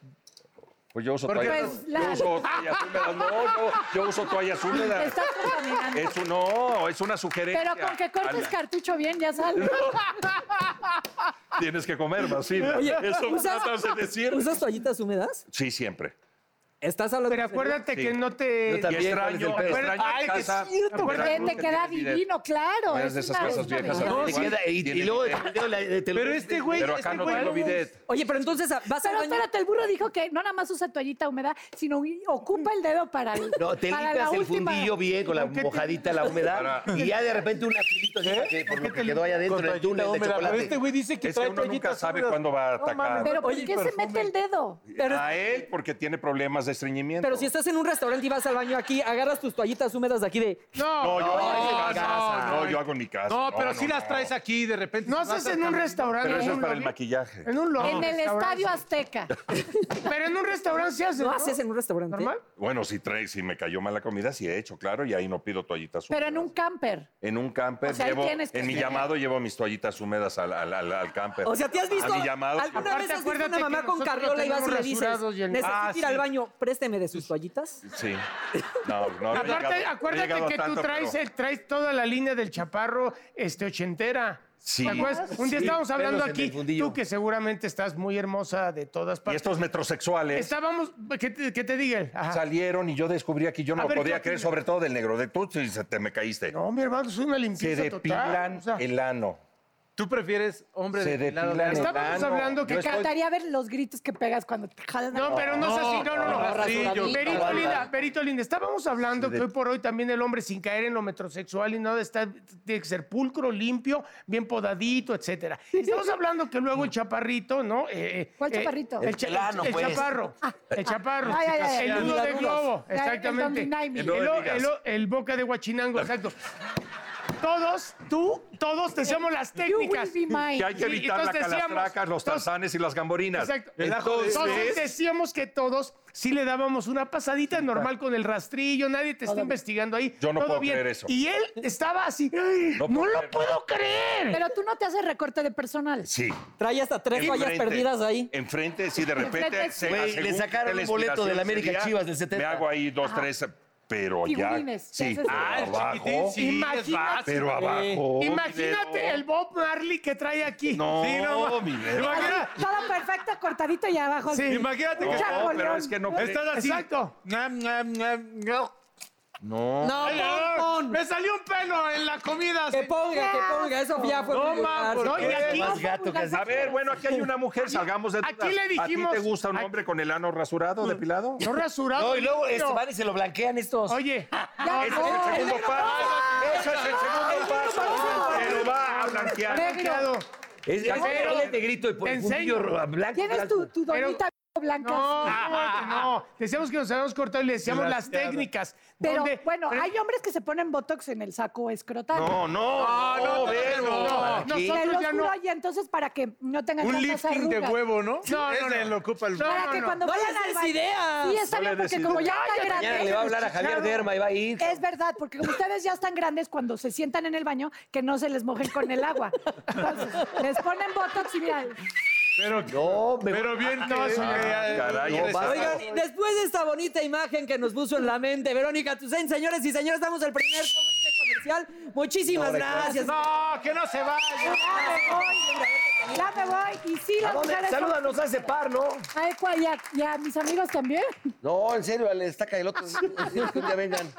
E: Pues yo uso
C: Porque,
E: toalla.
F: pues, la-
E: Yo uso toalla húmeda. No, no, yo uso
F: Ah,
E: toallas
F: Te
E: húmedas.
F: estás contaminando.
E: Es un, no, es una sugerencia.
F: Pero con que cortes
E: Ala,
F: cartucho bien, ya sale.
E: Tienes que comer, vacina.
A: Oye,
E: Eso me
A: ¿usas-
E: tratas de decir.
A: ¿Usas toallitas húmedas?
E: Sí, siempre.
A: ¿Estás hablando
D: Pero
A: en serio?
D: acuérdate
E: Sí.
D: que no te.
B: Yo también,
E: y
B: ¿cuál es el
E: extraño,
B: pedo?
E: extraño
D: Ay, que
E: casa.
D: es cierto,
E: Acuérdate
F: Porque te
E: nunca
F: queda
E: tiene bidet.
F: divino, claro.
E: No eres
F: es
E: de esas
F: una-
E: cosas
F: es una
E: viejas.
F: belleza.
C: No,
B: Te
C: sí.
B: queda- y, y luego te te- te- te-
C: Pero este güey,
E: Pero acá
C: este
E: no
C: güey-
E: tengo bidet.
A: Oye, pero entonces ah, vas al
F: Pero
A: baño.
F: espérate, el burro dijo que no nada más usa toallita húmeda, sino y- ocupa el dedo para el.
B: No, te
F: para
B: limpias
F: la
B: el
F: última.
B: fundillo bien con la
D: qué te-
B: mojadita, la humedad.
E: Para-
B: Y ya de repente un lacilito
C: ¿Eh?
B: así para que- por lo que quedó allá adentro
C: Con
B: del túnel de
C: toallita húmeda, pero
B: chocolate.
C: este güey dice que
E: Es que
C: trae
E: uno nunca
C: toallitas
E: sabe
C: húmedas.
E: cuándo va a
C: No mames.
E: atacar.
F: Pero ¿por
A: Oye,
F: qué se mete el dedo?
A: Pero-
E: a él porque tiene problemas de estreñimiento.
A: Pero si estás en un restaurante y vas al baño aquí, agarras tus toallitas húmedas de aquí de.
D: No,
E: No, yo hago en mi casa.
D: no,
E: No, yo hago en mi casa.
C: No, pero
E: si
C: sí las traes aquí de repente.
D: No
C: se
D: haces
C: vas
D: en un
C: al-
D: restaurante.
E: Pero eso
D: en
E: es
D: un
E: para el
D: lobby,
E: maquillaje.
D: En un lobby.
F: en el
D: restaurante.
F: estadio Azteca.
D: Pero en un restaurante se hace.
A: ¿Lo haces en un restaurante?
D: normal?
E: Bueno, si traes, si me cayó mal la comida, sí he hecho, claro, y ahí no pido toallitas húmedas.
F: pero en un camper.
E: En un camper
F: O sea, ahí
E: llevo,
F: tienes que
E: en mi
F: tener.
E: llamado llevo mis toallitas húmedas al, al, al- al camper.
A: O sea, ¿te has visto?
E: A mi llamado. sí.
A: ¿Alguna
D: Aparte,
A: vez has visto una
D: acuérdate que
A: mamá con
D: nosotros
A: carriola y vas y le
D: tenemos
A: dices,
D: rasurados y en-
A: necesito
C: Ah,
A: ir al
C: sí.
A: baño, présteme de sus toallitas?
E: Sí. No, no, no he
D: Aparte,
E: llegado- no he
D: acuérdate
E: llegado
D: que
E: tanto,
D: tú traes,
E: pero-
D: el- traes toda la línea del chaparro este, ochentera.
E: Sí.
D: ¿Te acuerdas? Un día
B: Sí,
D: estábamos hablando
B: pelos en el
D: aquí,
B: fundillo.
D: tú que seguramente estás muy hermosa de todas
E: Y
D: partes.
E: estos metrosexuales
D: Estábamos, ¿qué te, qué te diga? Ajá.
E: salieron y yo descubrí que yo no
D: A
E: lo
D: ver, ¿qué
E: podía
D: opinas?
E: creer, sobre todo del negro. De tú, si se te me caíste.
D: No, mi hermano, es una
E: se
D: limpieza
E: depilan
D: total. o sea,
E: el ano.
C: ¿Tú prefieres hombre
E: Se
C: depilado?
E: depilan el ano.
D: Estábamos hablando que
E: Yo
F: Me
E: estoy-
F: encantaría ver los gritos que pegas cuando te jalan.
D: No, pero no es así, no, no, no.
C: no, sí, yo-
D: Perito Linda, Perito Linda, estábamos hablando
E: Sí, de-
D: que hoy por hoy también el hombre sin caer en lo metrosexual y nada está, tiene que ser pulcro, limpio, bien podadito, etcétera. Estamos hablando que luego el chaparrito, ¿no? Eh,
F: ¿Cuál
D: eh,
F: chaparrito? Ah.
D: El, cha-
B: Plano,
D: el
B: pues.
D: chaparro, el chaparro,
F: Ay, ay, ay,
D: el
F: ay.
D: nudo de
A: Milanudos.
D: globo,
F: El
D: exactamente.
F: Don Dinaimi.
D: El, o-
E: No digas.
D: el o- el boca de guachinango, exacto. todos, tú, todos te hacemos las
F: Eh, You will
D: técnicas.
F: be mine.
E: Que hay que
D: Sí,
E: evitar las
D: entonces decíamos-
E: calatracas, los
D: entonces-
E: tarzanes y las gamborinas.
D: Exacto.
C: El ajo de-
D: Entonces
E: Entonces,
D: decíamos que todos sí le dábamos una pasadita normal con el rastrillo, nadie te está investigando ahí.
E: Yo no
D: todo
E: puedo
D: bien.
E: creer eso.
D: Y él estaba así, "Ay, no,
E: No puedo
D: lo
E: creer".
D: puedo creer.
F: Pero tú no te haces recorte de personal.
E: sí.
A: Trae hasta tres
E: Enfrente,
A: vallas perdidas ahí.
E: Enfrente, sí, de repente.
F: Enfrente,
E: se,
G: Güey,
E: según
G: le sacaron
E: qué
G: un boleto de la
E: respiración
G: América
E: sería,
G: Chivas del 70.
E: Me hago ahí dos, tres, pero
F: Figurines,
E: ya. Sí,
F: te haces-
E: pero
F: Ah,
C: el chiquitín,
E: abajo.
C: sí, es
D: Imagínate.
C: fácil.
E: Pero abajo. mi
D: Imagínate
E: dedo.
D: el Bob Marley que trae aquí.
E: No,
C: Sí, no,
E: mi dedo.
D: Imagina-
F: Todo perfecto, cortadito y abajo.
D: Sí.
C: Imagínate que
F: No,
C: estás-
F: Chacolón.
E: pero es que no-
C: estás así.
D: Exacto.
C: Nam, nam, nam, no. No.
A: No,
D: Ay,
A: pon,
D: ay,
A: pon.
D: Me salió un pelo en la comida.
A: Que
D: señor.
A: ponga, que ponga. Eso ya fue.
D: No,
A: vulgar.
D: ma, pues, no, y aquí-
F: No,
G: Más gato que
F: vulgar,
E: A ver, bueno, aquí hay una mujer, salgamos de
D: aquí
E: dudas.
D: le dijimos-
E: ¿A ti te gusta un
D: aquí-
E: hombre con el ano rasurado, depilado?
D: No rasurado.
G: No, y luego
D: limpio.
G: este, van y se lo blanquean estos.
D: Oye,
F: Ya,
E: Ese
F: no,
E: es el segundo
F: negro,
E: paso. Ese es el segundo paso.
F: parece-
E: Pero va a blanquear.
D: blanqueado.
G: Es, es,
D: Pero-
G: es negrito y por
D: Te
G: el fundillo
D: enseño.
G: ro- blanco.
F: Tienes
G: blanco.
F: tu, tu
D: Pero-
F: donita blanca.
D: No, Ah, no, no. Decíamos que nos habíamos cortado y le decíamos las
C: Desgraciado.
D: técnicas.
F: Pero
D: ¿Dónde?
F: bueno,
D: Pero-
F: hay hombres que se ponen botox en el saco escrotal.
E: No, no,
D: No, no,
E: no,
D: no,
E: Vero.
D: no, no.
E: Aquí.
F: Te
D: Nosotros
F: los
D: ya
F: juro,
D: no.
F: y entonces para que no tengan
C: Un
F: tantas
C: lifting de
F: arrugas.
C: huevo, ¿no?
D: No, no,
C: Ese
D: no.
C: lo ocupa el
D: No.
F: Para que cuando
A: No
F: vayan
A: le
F: al
A: des
F: baño-
A: ideas.
F: Sí, está
E: No
F: bien,
E: le
F: porque
E: des
F: como ya
E: ideas.
F: están
G: Mañana le va a
F: grandes...
G: hablar a Javier
D: Claro.
G: Derma y va a ir.
F: Es verdad, porque como ustedes ya están grandes, cuando se sientan en el baño, que no se les mojen con el agua. Entonces, les ponen botox y mira,
C: Pero,
G: No, me-
C: pero bien, no,
D: Ah,
C: es una idea.
E: caray,
C: No,
E: eres-
C: vas-
A: Oigan, y después de esta bonita imagen que nos puso en la mente Verónica Tucen, señores y señores, damos el primer corte comercial. Muchísimas gracias.
C: No, que no se vaya.
F: ya me voy, ya me voy. Y sí,
G: ¿A
F: las
G: dónde?
F: mujeres...
G: Salúdanos a ese par, ¿no?
F: A Ecua y a, y a mis amigos también.
G: No, en serio, al estaca del otro. que un día vengan.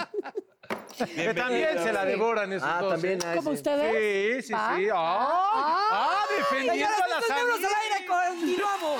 C: Que también se la devoran esos
G: Ah,
C: dos. ¿eh?
G: también a
F: Como
G: ese.
F: ustedes.
C: Sí, sí, sí.
F: Ah.
C: ¡Ay! ¡Ah! defendiendo a
A: Señores,
C: las
A: estos miembros
C: amigas.
A: al aire, continuamos.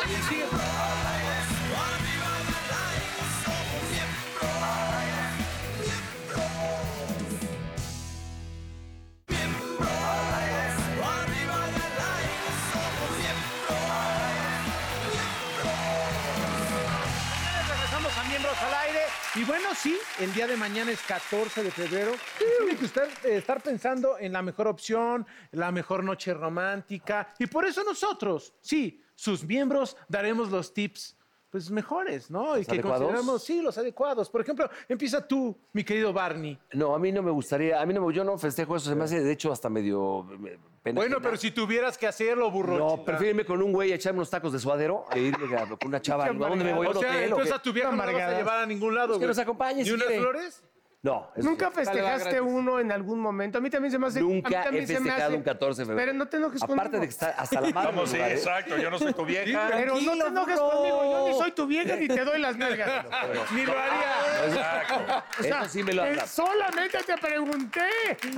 C: Regresamos a Miembros al Aire. Y bueno, sí, el día de mañana es 14 de febrero. Tiene que usted eh, estar pensando en la mejor opción, la mejor noche romántica. Y por eso nosotros, sí, sus miembros, daremos los tips. Pues mejores, ¿no? Y que
G: adecuados?
C: consideramos, sí, los adecuados. Por ejemplo, empieza tú, mi querido Barney.
G: No, a mí no me gustaría, a mí no me, yo no festejo eso, se me hace de hecho hasta medio eh, pena.
C: Bueno,
G: ajena.
C: pero si tuvieras que hacerlo, burro.
G: No, prefiero irme con un güey a echarme unos tacos de suadero e irme a- con una chava. ¿A dónde me voy? ¿A un
C: O sea,
G: hotel o
C: entonces
G: qué?
C: a tu vieja no la vas a
D: Amargadas.
C: llevar a ningún lado,
G: Pues que
C: güey.
G: nos acompañe,
C: ¿Ni
G: si
C: unas
G: quiere.
C: flores?
G: No, eso
D: ¿Nunca
G: sí.
D: festejaste
C: gracias.
D: uno en algún momento? A mí también se me hace... a mí
G: Nunca
D: también
G: he
D: se me
G: festejado
D: hace-
G: un 14 de febrero.
D: Pero no te enojes conmigo.
G: Aparte de que está hasta la madre.
E: Vamos,
G: de
E: sí,
G: lugar, ¿eh?
E: exacto. Yo no soy tu vieja.
D: Pero no te
A: Tranquilo,
D: enojes
A: burro.
D: conmigo, yo ni soy tu vieja ni te doy las nalgas.
C: Ni lo haría.
E: Exacto.
D: O sea,
G: Eso sí me lo
D: eh,
G: habla.
D: Solamente te pregunté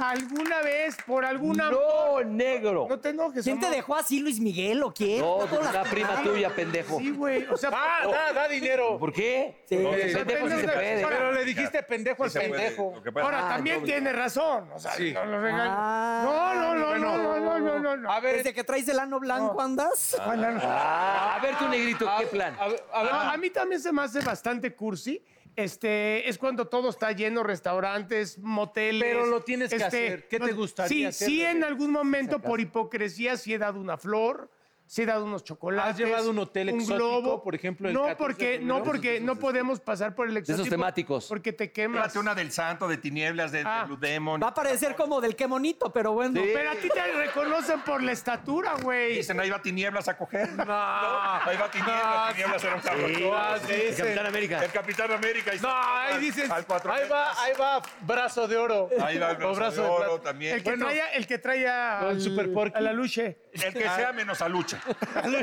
D: alguna vez por alguna...
G: No, negro.
D: No te enojes,
A: ¿Quién te
D: amor.
A: dejó así, Luis Miguel o quién?
G: No,
A: Está todo
G: una
A: lastimado.
G: prima tuya, pendejo.
D: Sí, güey, o sea...
C: Ah, da, da dinero.
G: ¿Por qué?
A: Sí.
G: No,
A: Sí.
G: pendejo sí se
D: Depende de-
G: puede.
C: Pero le dijiste pendejo al
E: Sí se puede.
C: pendejo.
E: Lo que pasa-
D: Ahora,
G: Ah,
D: también
G: no,
D: tiene razón. O sea,
C: Sí.
D: no lo regañes.
A: Ah,
D: no, no, no,
C: bueno. Ah,
D: no, no, no, no, no.
C: A ver,
A: Desde que traes el ano blanco andas.
D: Bueno, no.
G: Ah, a ver tú, negrito, ¿qué plan?
C: a ver, a ver.
D: A, a mí también se me hace bastante cursi. Este, es cuando todo está lleno, restaurantes, moteles. este,
C: Pero lo tienes que hacer. ¿Qué te gustaría
D: Sí,
C: hacer,
D: sí,
C: bebé?
D: en algún momento, por hipocresía, sí he dado una flor, sí he dado unos chocolates.
C: ¿Has llevado un hotel exótico, por ejemplo, el
D: no,
C: 14 de
D: porque, no,
C: febrero?
D: porque no podemos pasar por el
G: esos
D: exótico.
G: temáticos.
D: Porque te quemas.
E: Llévate una del santo, de tinieblas, de, de
D: Ah.
E: Blue Demon.
A: Va a parecer como del qué bonito, pero bueno.
D: Pero a ti te reconocen por la estatura, güey.
E: Dicen, ahí va tinieblas a coger. No,
C: No.
E: ahí va tinieblas. tinieblas era un cabrón.
C: Ah,
G: El Capitán
C: dicen.
G: América.
E: El Capitán América. y se
C: No,
E: toma
C: ahí
E: al-
C: dices.
E: al cuatro
C: Ahí va, ahí va brazo de oro.
E: Ahí va el
C: O
E: brazo, de
C: de
E: oro
C: plata.
E: también.
D: El que
C: Bueno.
D: traía, el que traía
C: Al
D: al-
C: Super Porky.
D: a la luche.
E: El que sea menos a lucha. El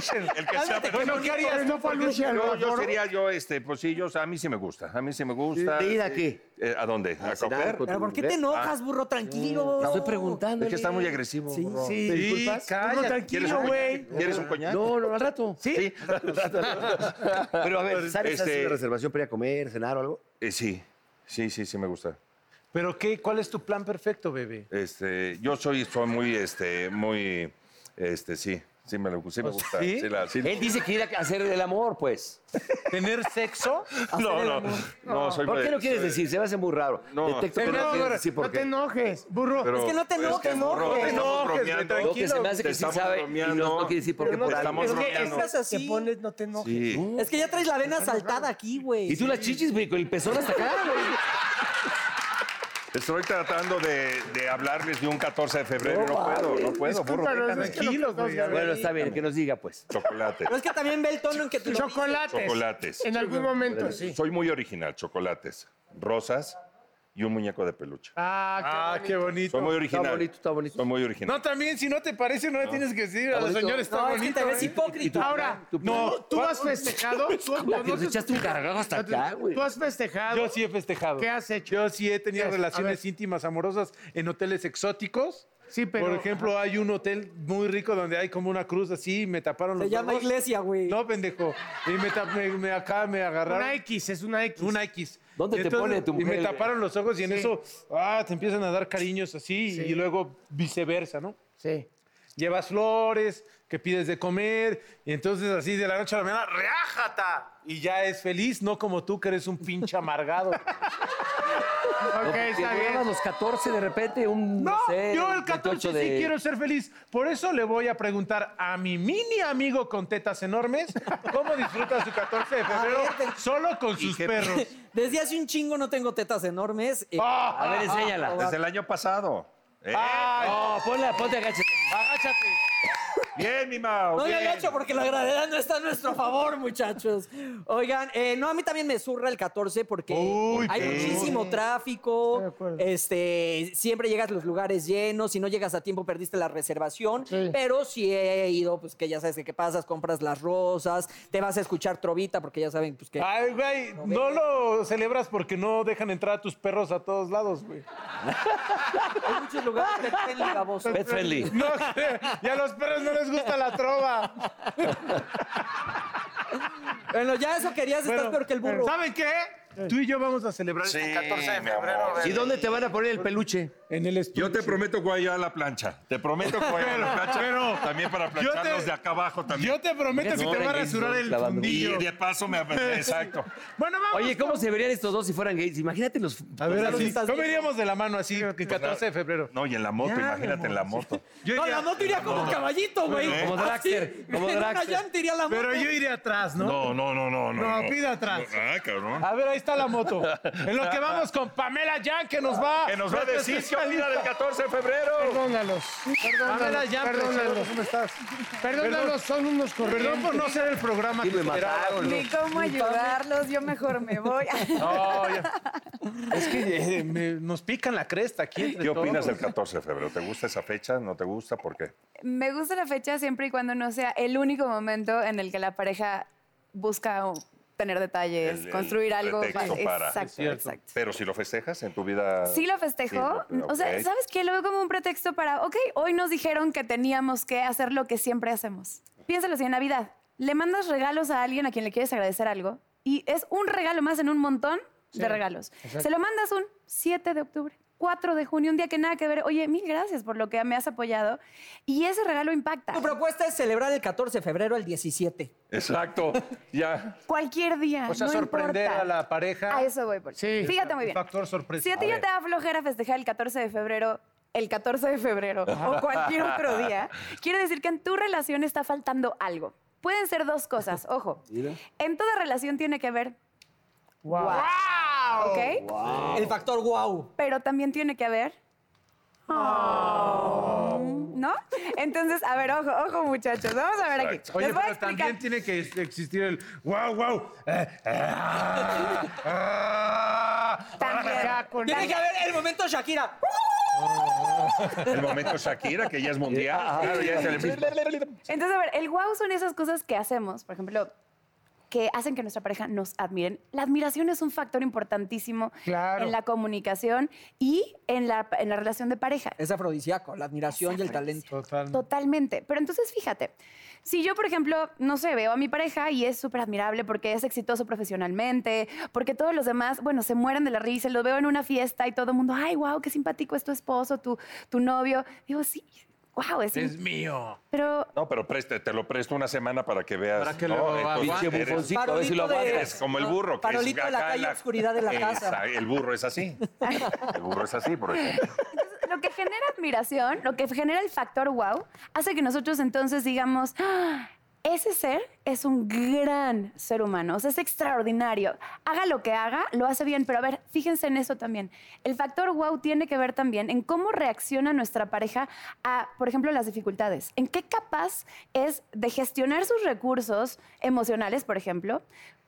E: que sea menos
C: Bueno, ¿qué harías?
D: No fue a Lucia, a lo
E: Yo, yo
D: mejor.
E: sería yo, este, pues sí, yo, a mí sí me gusta. A mí sí me gusta.
G: ¿De ir a
E: Sí.
G: qué?
E: Eh, ¿A dónde?
G: Ah,
E: ¿A, coger?
A: Pero ¿por qué te enojas, burro? Tranquilo.
G: Te estoy preguntando.
E: Es que está muy agresivo.
A: Sí,
E: burro.
A: sí.
G: ¿Te
C: Sí,
G: disculpas?
D: No,
C: cállate.
E: ¿Quieres
D: tranquilo,
E: un
D: güey.
E: coñac? ¿Quieres un coñac?
G: No, no, al rato.
D: Sí.
G: Pero a ver, ¿sabes
E: Este-
G: hacer una reservación para ir a comer, cenar o algo?
E: Eh, sí. Sí, sí, sí me gusta.
C: Pero qué, ¿cuál es tu plan perfecto, bebé?
E: Este, yo soy, soy muy, este, muy, este, sí. Sí, me lo sí me gusta. Sí, la- sí.
G: Él dice que ir a hacer el amor, pues.
C: ¿Tener sexo?
E: No, no, no, soy
G: ¿Por qué no quieres decir? Se me hace muy raro.
E: No.
G: Detecto que
D: Pero
G: no
D: no,
G: quieres decir por
D: no te
G: qué.
D: enojes, burro.
E: Pero-
A: Es que no te
E: pero es
A: enojes,
E: que, burro,
A: no,
E: te estamos
C: no, que se-
E: bromeando.
G: Lo que se me hace que sí
E: Estamos
G: sabe y no,
E: bromeando.
G: no quiere decir por qué.
E: Pero no
G: por
E: te
G: algo.
E: estamos
D: es que
E: bromeando.
D: estás así.
A: Sí.
D: Te pones, no te enojes.
E: Sí.
A: Es que ya traes la vena saltada aquí, güey.
G: Y tú las chichis, güey, con el pezón hasta acá, güey.
E: Estoy tratando de, de hablarles de un 14 de febrero. No, puedo, no puedo, burro.
D: Discúlpanos,
E: déjame.
D: es que no-
C: Tranquilos, güey.
G: Bueno, está bien, que nos diga, pues.
E: Chocolate.
A: Pero es que también ve el tono en que tú lo dices.
D: Chocolates.
E: Chocolates.
D: En algún momento, sí.
E: Soy muy original. Chocolates, rosas y un muñeco de peluche.
C: Ah, qué bonito.
E: Soy muy original.
G: Está bonito, está bonito.
E: Soy muy original.
C: No, también, si no te parece, no le tienes que decir a los
G: bonito.
C: señores, está
A: No, es que
C: bonito. ¿eh?
A: te ves hipócrita.
D: Ahora,
G: tu
D: no, tú has festejado. Tú,
G: La que
D: no
G: nos
D: sé-
G: echaste un cargado hasta acá, güey.
D: tú has festejado.
C: Yo sí he festejado.
D: ¿Qué has hecho?
C: Yo sí he tenido
D: ¿Qué has-
C: relaciones
D: a ver.
C: íntimas, amorosas, en hoteles exóticos.
D: Sí, pero-
C: Por ejemplo, hay un hotel muy rico donde hay como una cruz así y me taparon los
A: Se llama
C: huevos.
A: iglesia, güey.
C: No, pendejo. Y me, tap- me- me- acá me agarraron.
D: Una X, es una X.
C: Una X.
G: ¿Dónde
C: Y
G: te pone tu
C: Y me
G: mujer?
C: taparon los ojos y en eso, ah, te empiezan a dar cariños así y luego viceversa, ¿no?
D: Sí.
C: Llevas flores, que pides de comer, y entonces así de la noche a la mañana, ¡reájata! Y ya es feliz, no como tú que eres un pinche amargado.
D: Ok,
G: Te
D: está
G: llegabas
D: bien.
G: los 14 de repente, un.
C: No,
G: No, sé,
C: yo
G: un
C: el 14
G: 28 de-
C: sí quiero ser feliz. Por eso le voy a preguntar a mi mini amigo con tetas enormes cómo disfruta su 14 de febrero
A: A ver, te-
C: solo con sus perros. Ah.
A: Desde hace un chingo no tengo tetas enormes. Eh,
G: A ver, enséñala.
E: Desde el año pasado. ¿Eh?
G: No,
C: ¡Oh!
G: ponla, ponte agáchate.
E: Bien, mi Mao.
A: No, ya
E: bien.
A: lo he hecho porque la gravedad no está a nuestro favor, muchachos. Oigan, eh, no, a mí también me zurra el 14 porque
C: Uy,
A: hay
C: qué.
A: muchísimo
D: de
A: tráfico.
D: acuerdo.
A: Este, siempre llegas a los lugares llenos. Si no llegas a tiempo, perdiste la reservación. Pero si he ido, pues que ya sabes que, qué pasas, compras las rosas, te vas a escuchar trovita porque ya saben, pues que.
C: Ay, güey, no lo celebras porque no dejan entrar a tus perros a todos lados, güey.
A: Hay
C: Ah.
A: muchos lugares que tienen la voz.
G: Pet friendly.
C: No, y a los perros no les gusta la trova.
A: Bueno, ya eso querías, estás
C: Bueno,
A: peor que el burro.
C: ¿Saben qué? Tú y yo vamos a celebrar
E: Sí,
C: este 14 de
E: mi
C: febrero
E: amor.
G: ¿Y dónde te van a poner el peluche?
C: en el estudio.
E: Yo te prometo que voy a llevar la plancha. Te prometo que voy a llevar la plancha. también para
C: yo te-
E: plancharnos de acá abajo también.
C: Yo te prometo que
G: No,
C: te va a
G: venga,
C: rasurar el
G: lavando.
E: Y
C: fundillo.
E: de paso me... Exacto.
C: Bueno, vamos.
G: Oye, ¿cómo se verían estos dos si fueran gays? Imagínate los.
C: A ver,
A: Gonzalo,
C: así.
A: ¿estás
C: ¿Cómo
A: bien?
C: iríamos de la mano así, que
E: pues,
C: 14 de febrero?
E: No, y en la moto, imagínate en la moto.
C: Yo
A: No,
C: iría-
A: la moto iría como caballito, güey.
G: Como dragster,
A: Así,
G: como
A: en una
G: dragster.
A: llanta iría la moto.
C: Pero yo iré atrás, ¿no?
E: No, no, no, no.
C: No, pide atrás.
E: Ah, cabrón.
C: A ver, ahí está la moto. En lo que vamos con Pamela Jan, que nos va.
E: Que nos va a decir qué opina del 14 de febrero.
D: Perdónalos.
C: Pamela
D: Perdónalos.
C: Jan,
D: Perdónalos.
C: preciosa, ¿cómo estás?
D: Perdónalos, son unos corrientes.
C: Perdón por no ser el programa
G: Sí,
C: que
G: me
C: esperaba.
G: mataron.
H: Ni cómo ayudarlos, yo mejor me voy.
C: No, ya. Es que eh, me- nos pican la cresta aquí. entre
E: ¿Qué opinas
C: todos.
E: del 14 de febrero? ¿Te gusta esa fecha? ¿No te gusta? ¿Por qué?
H: me gusta la fecha siempre y cuando no sea el único momento en el que la pareja busca o, tener detalles,
E: El- el
H: construir algo.
E: pretexto para. Es
H: Exacto, exacto.
E: Pero si lo festejas en tu vida.
H: Sí lo festejo.
E: Sí,
H: O sea,
E: ok.
H: ¿sabes qué? Lo veo como un pretexto para, ok, hoy nos dijeron que teníamos que hacer lo que siempre hacemos. Piénsalo si en Navidad le mandas regalos a alguien a quien le quieres agradecer algo y es un regalo más en un montón de regalos. Se lo mandas un 7 de octubre. 4 de junio, un día que nada que ver. Oye, mil gracias por lo que me has apoyado. Y ese regalo impacta.
A: Tu propuesta es celebrar el 14 de febrero al 17.
E: Exacto. Ya.
H: Cualquier día.
C: O sea,
H: no
C: sorprender
H: importa.
C: a la pareja.
H: A eso voy. Por...
D: Sí.
H: Fíjate muy bien.
C: Factor sorpresa.
H: Si a ti ya te da flojera festejar el 14 de febrero, el 14 de febrero o cualquier otro día, quiere decir que en tu relación está faltando algo. Pueden ser dos cosas, ojo. En toda relación tiene que haber wow. ¿Ok?
A: El factor wow.
H: Pero también tiene que haber ¿No? Entonces, a ver, ojo, ojo, muchachos. Vamos a ver aquí.
C: Oye,
H: Les voy a
C: pero
H: explicar.
C: también tiene que existir el wow, wow. eh, ah, ah.
H: También.
A: Tiene que haber el momento Shakira.
E: El momento Shakira, que ya es mundial. Claro, ya es el mismo.
H: Entonces, a ver, el wow son esas cosas que hacemos, por ejemplo, que hacen que nuestra pareja nos admiren. La admiración es un factor importantísimo
D: Claro.
H: en la comunicación y en la, en la relación de pareja.
A: Es afrodisíaco, la admiración y el talento.
C: Total.
H: Totalmente. Pero entonces, fíjate, si yo, por ejemplo, no sé, veo a mi pareja y es súper admirable porque es exitoso profesionalmente, porque todos los demás, bueno, se mueren de la risa, lo veo en una fiesta y todo el mundo, ay, wow, qué simpático es tu esposo, tu, tu novio. Digo, sí, wow, es...
C: Es mío.
H: Pero
E: No, pero preste, te lo presto una semana para que veas.
C: Para que
E: no,
C: lo
E: Entonces,
C: aguantes.
E: eres-
G: Bufoncito, a ver si lo
A: Parolito de-
E: eres como el burro. que
A: Parolito
E: es
A: de la
E: acá en
A: calle oscuridad de la casa.
E: Esa, El burro es así. El burro es así, por ejemplo.
H: lo que genera admiración, lo que genera el factor wow, hace que nosotros entonces digamos, "Ah, ese ser es un gran ser humano, o sea, es extraordinario. Haga lo que haga, lo hace bien, pero a ver, fíjense en eso también. El factor wow tiene que ver también en cómo reacciona nuestra pareja a, por ejemplo, las dificultades. En qué capaz es de gestionar sus recursos emocionales, por ejemplo,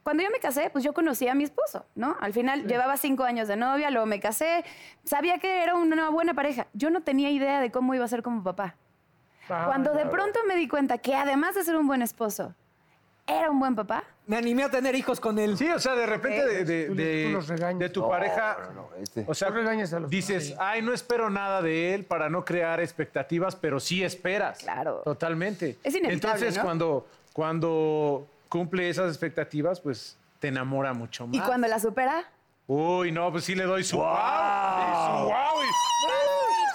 H: cuando yo me casé, pues yo conocí a mi esposo, ¿no? Al final llevaba cinco años de novia, luego me casé, sabía que era una buena pareja. Yo no tenía idea de cómo iba a ser como papá. Cuando de pronto me di cuenta que además de ser un buen esposo, era un buen papá,
A: Me animé a tener hijos con él.
C: Sí, o sea, de repente de, de-
D: Tú- tú
C: de-
D: los regañas.
C: de tu
B: No,
C: pareja.
B: no, no, este.
C: O sea,
D: Tú regañas a los
C: dices, ay, no espero nada de él para no crear expectativas, pero sí esperas.
H: Claro.
C: Totalmente.
H: Es inevitable,
C: Entonces,
H: ¿no?
C: cuando, cuando cumple esas expectativas, pues te enamora mucho más.
H: y cuando la supera,
C: Uy, no, pues sí le doy su wow. y su wow.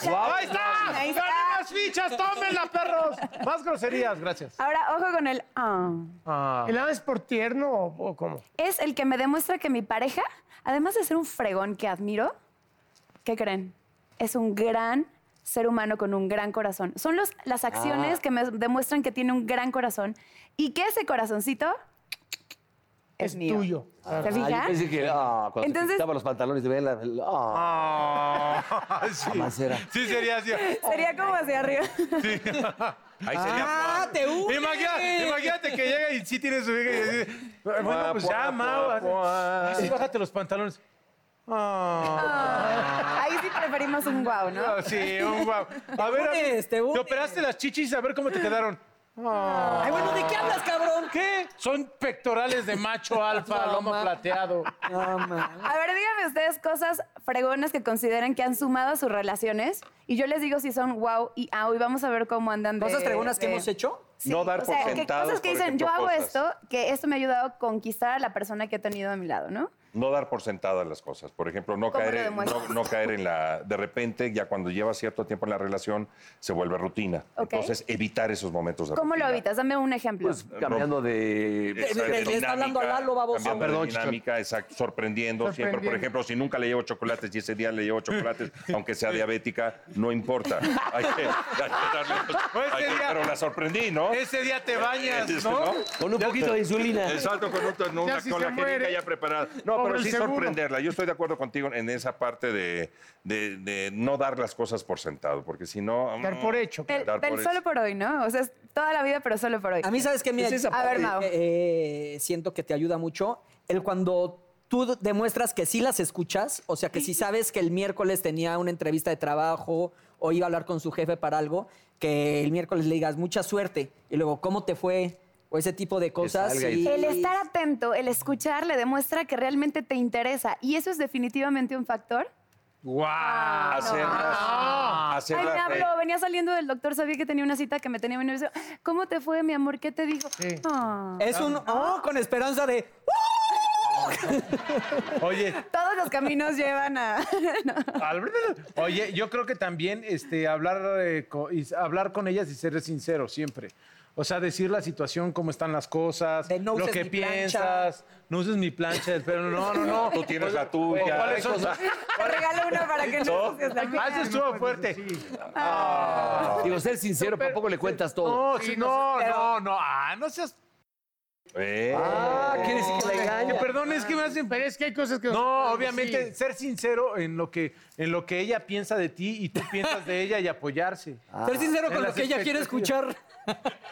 C: y- ¡Ahí está!
H: Ahí está.
C: ¡Gané las fichas! ¡Tómenlas, perros! Más groserías, gracias.
H: ahora ojo con el... "Ah".
C: Ah.
D: ¿El ama es por tierno o, o cómo?
H: Es el que me demuestra que mi pareja, además de ser un fregón que admiro, ¿qué creen? Es un gran ser humano con un gran corazón. Son los, las acciones que me demuestran que tiene un gran corazón y que ese corazoncito es, mío.
D: Tuyo.
H: ¿Te
G: Ah, yo
H: fijas?
G: pensé que ah, cuando
H: Entonces-
G: se quitaba los pantalones de vela. el- ah,
C: Ah, sí.
G: Jamás era.
C: Sí, sería así.
H: Sería como hacia arriba.
E: Ahí sería.
A: ¡Ah, te une!
C: Imagínate, imagínate que llega y sí tiene su hija y dice, bueno, pues
A: ah,
C: ya, Mau.
A: pues.
C: así, "Ay, bájate los pantalones. Ah,
H: Ahí sí preferimos un guau, ¿no?
C: sí, un guau. A ver, a ver,
A: unes, Ah. te
C: te
A: unes.
C: operaste las chichis, a ver cómo te quedaron.
A: Ay, bueno, ¿de qué hablas, cabrón?
C: ¿Qué? Son pectorales de macho alfa, lomo plateado.
H: A ver, díganme ustedes cosas fregonas que consideran que han sumado a sus relaciones y yo les digo si son guau y au y vamos a ver cómo andan de...
A: ¿Cosas preguntas que
H: de-
A: hemos hecho?
H: Sí,
E: No dar
H: o sea,
E: por
H: que
E: sentados,
H: Cosas que
E: por
H: dicen,
E: ejemplo,
H: yo hago
E: cosas.
H: esto, que esto me ha ayudado a conquistar a la persona que he tenido a mi lado, ¿no?
E: No dar por sentadas las cosas. Por ejemplo, no
H: ¿Cómo
E: caer,
H: lo
E: en-
H: demuestras?
E: no, no caer en la. De repente, ya cuando lleva cierto tiempo en la relación, se vuelve rutina.
H: Ok.
E: Entonces, evitar esos momentos de
H: ¿Cómo lo
E: rutina.
H: evitas? Dame un ejemplo.
G: pues cambiando de.
E: Exacto,
A: Le- le- le está hablando a Lalo, baboso.
E: cambiando de
G: Ah, perdón,
E: dinámica, exacto, sorprendiendo, siempre.
D: Sorprendiendo.
E: Por ejemplo, si nunca le llevo chocolates y ese día le llevo chocolates, aunque sea diabética, no importa. Hay que, hay que darle los-
C: O
D: Pues
C: ese
E: hay que-
C: día-
E: pero la sorprendí, ¿no?
C: Ese día te bañas, ¿no?
G: Con un poquito de insulina.
E: Exacto, con, un, con una-
D: Ya si
E: con
D: se
E: la jeringa
D: muere.
E: ya preparada. No,
D: Pobre
E: pero
D: el
E: sí
D: seguro.
E: sorprenderla. Yo estoy de acuerdo contigo en esa parte de, de- de no dar las cosas por sentado, porque si no... mm,
D: Dar por hecho.
H: Del,
E: Dar
H: del
E: por
H: solo
E: hecho.
H: por hoy, ¿no? O sea, es toda la vida, pero solo por hoy.
A: A mí, ¿sabes qué? Mira,
H: A ver, Mau.
A: eh, eh, siento que te ayuda mucho el cuando tú demuestras que sí las escuchas, o sea, que si sabes que el miércoles tenía una entrevista de trabajo o iba a hablar con su jefe para algo, que el miércoles le digas mucha suerte y luego, ¿cómo te fue? O ese tipo de cosas.
G: salga y-
A: y-
H: El estar atento, el escuchar, le demuestra que realmente te interesa. Y eso es definitivamente un factor.
C: ¡Guau! Ah,
E: Hacerlas,
A: Ah.
H: Ay, me
E: hacerlas reír.
H: habló, venía saliendo del doctor, sabía que tenía una cita que me tenía muy nervioso. ¿Cómo te fue, mi amor? ¿Qué te dijo? Ah.
A: Es un oh con esperanza de
C: Oye,
H: Todos los caminos llevan a...
C: Al- Oye, yo creo que también este, hablar, eh, co- y s- hablar con ellas y ser sincero siempre. O sea, decir la situación, cómo están las cosas,
A: De no
C: lo
A: uses
C: que
A: mi
C: piensas, no uses mi plancha, pero no, no, no.
E: Tú tienes la
C: O
E: tuya.
C: ¿Cuáles son?
H: Te regalo una para que no ensucies la mía.
C: Ah, ese estuvo fuerte.
G: Digo, ser sincero, tampoco le cuentas todo.
C: No, sí, no, no, no, ah, no seas.
E: Eh,
G: Ah, quiere decir que la
C: Que
G: engaña.
C: perdón, es que me hacen.
D: Pero es que hay cosas que...
C: No, obviamente, ser sincero en lo que en lo que ella piensa de ti y tú piensas de ella y apoyarse.
G: Ah,
A: ser sincero
C: En
A: con lo
C: las
A: que ella quiere escuchar.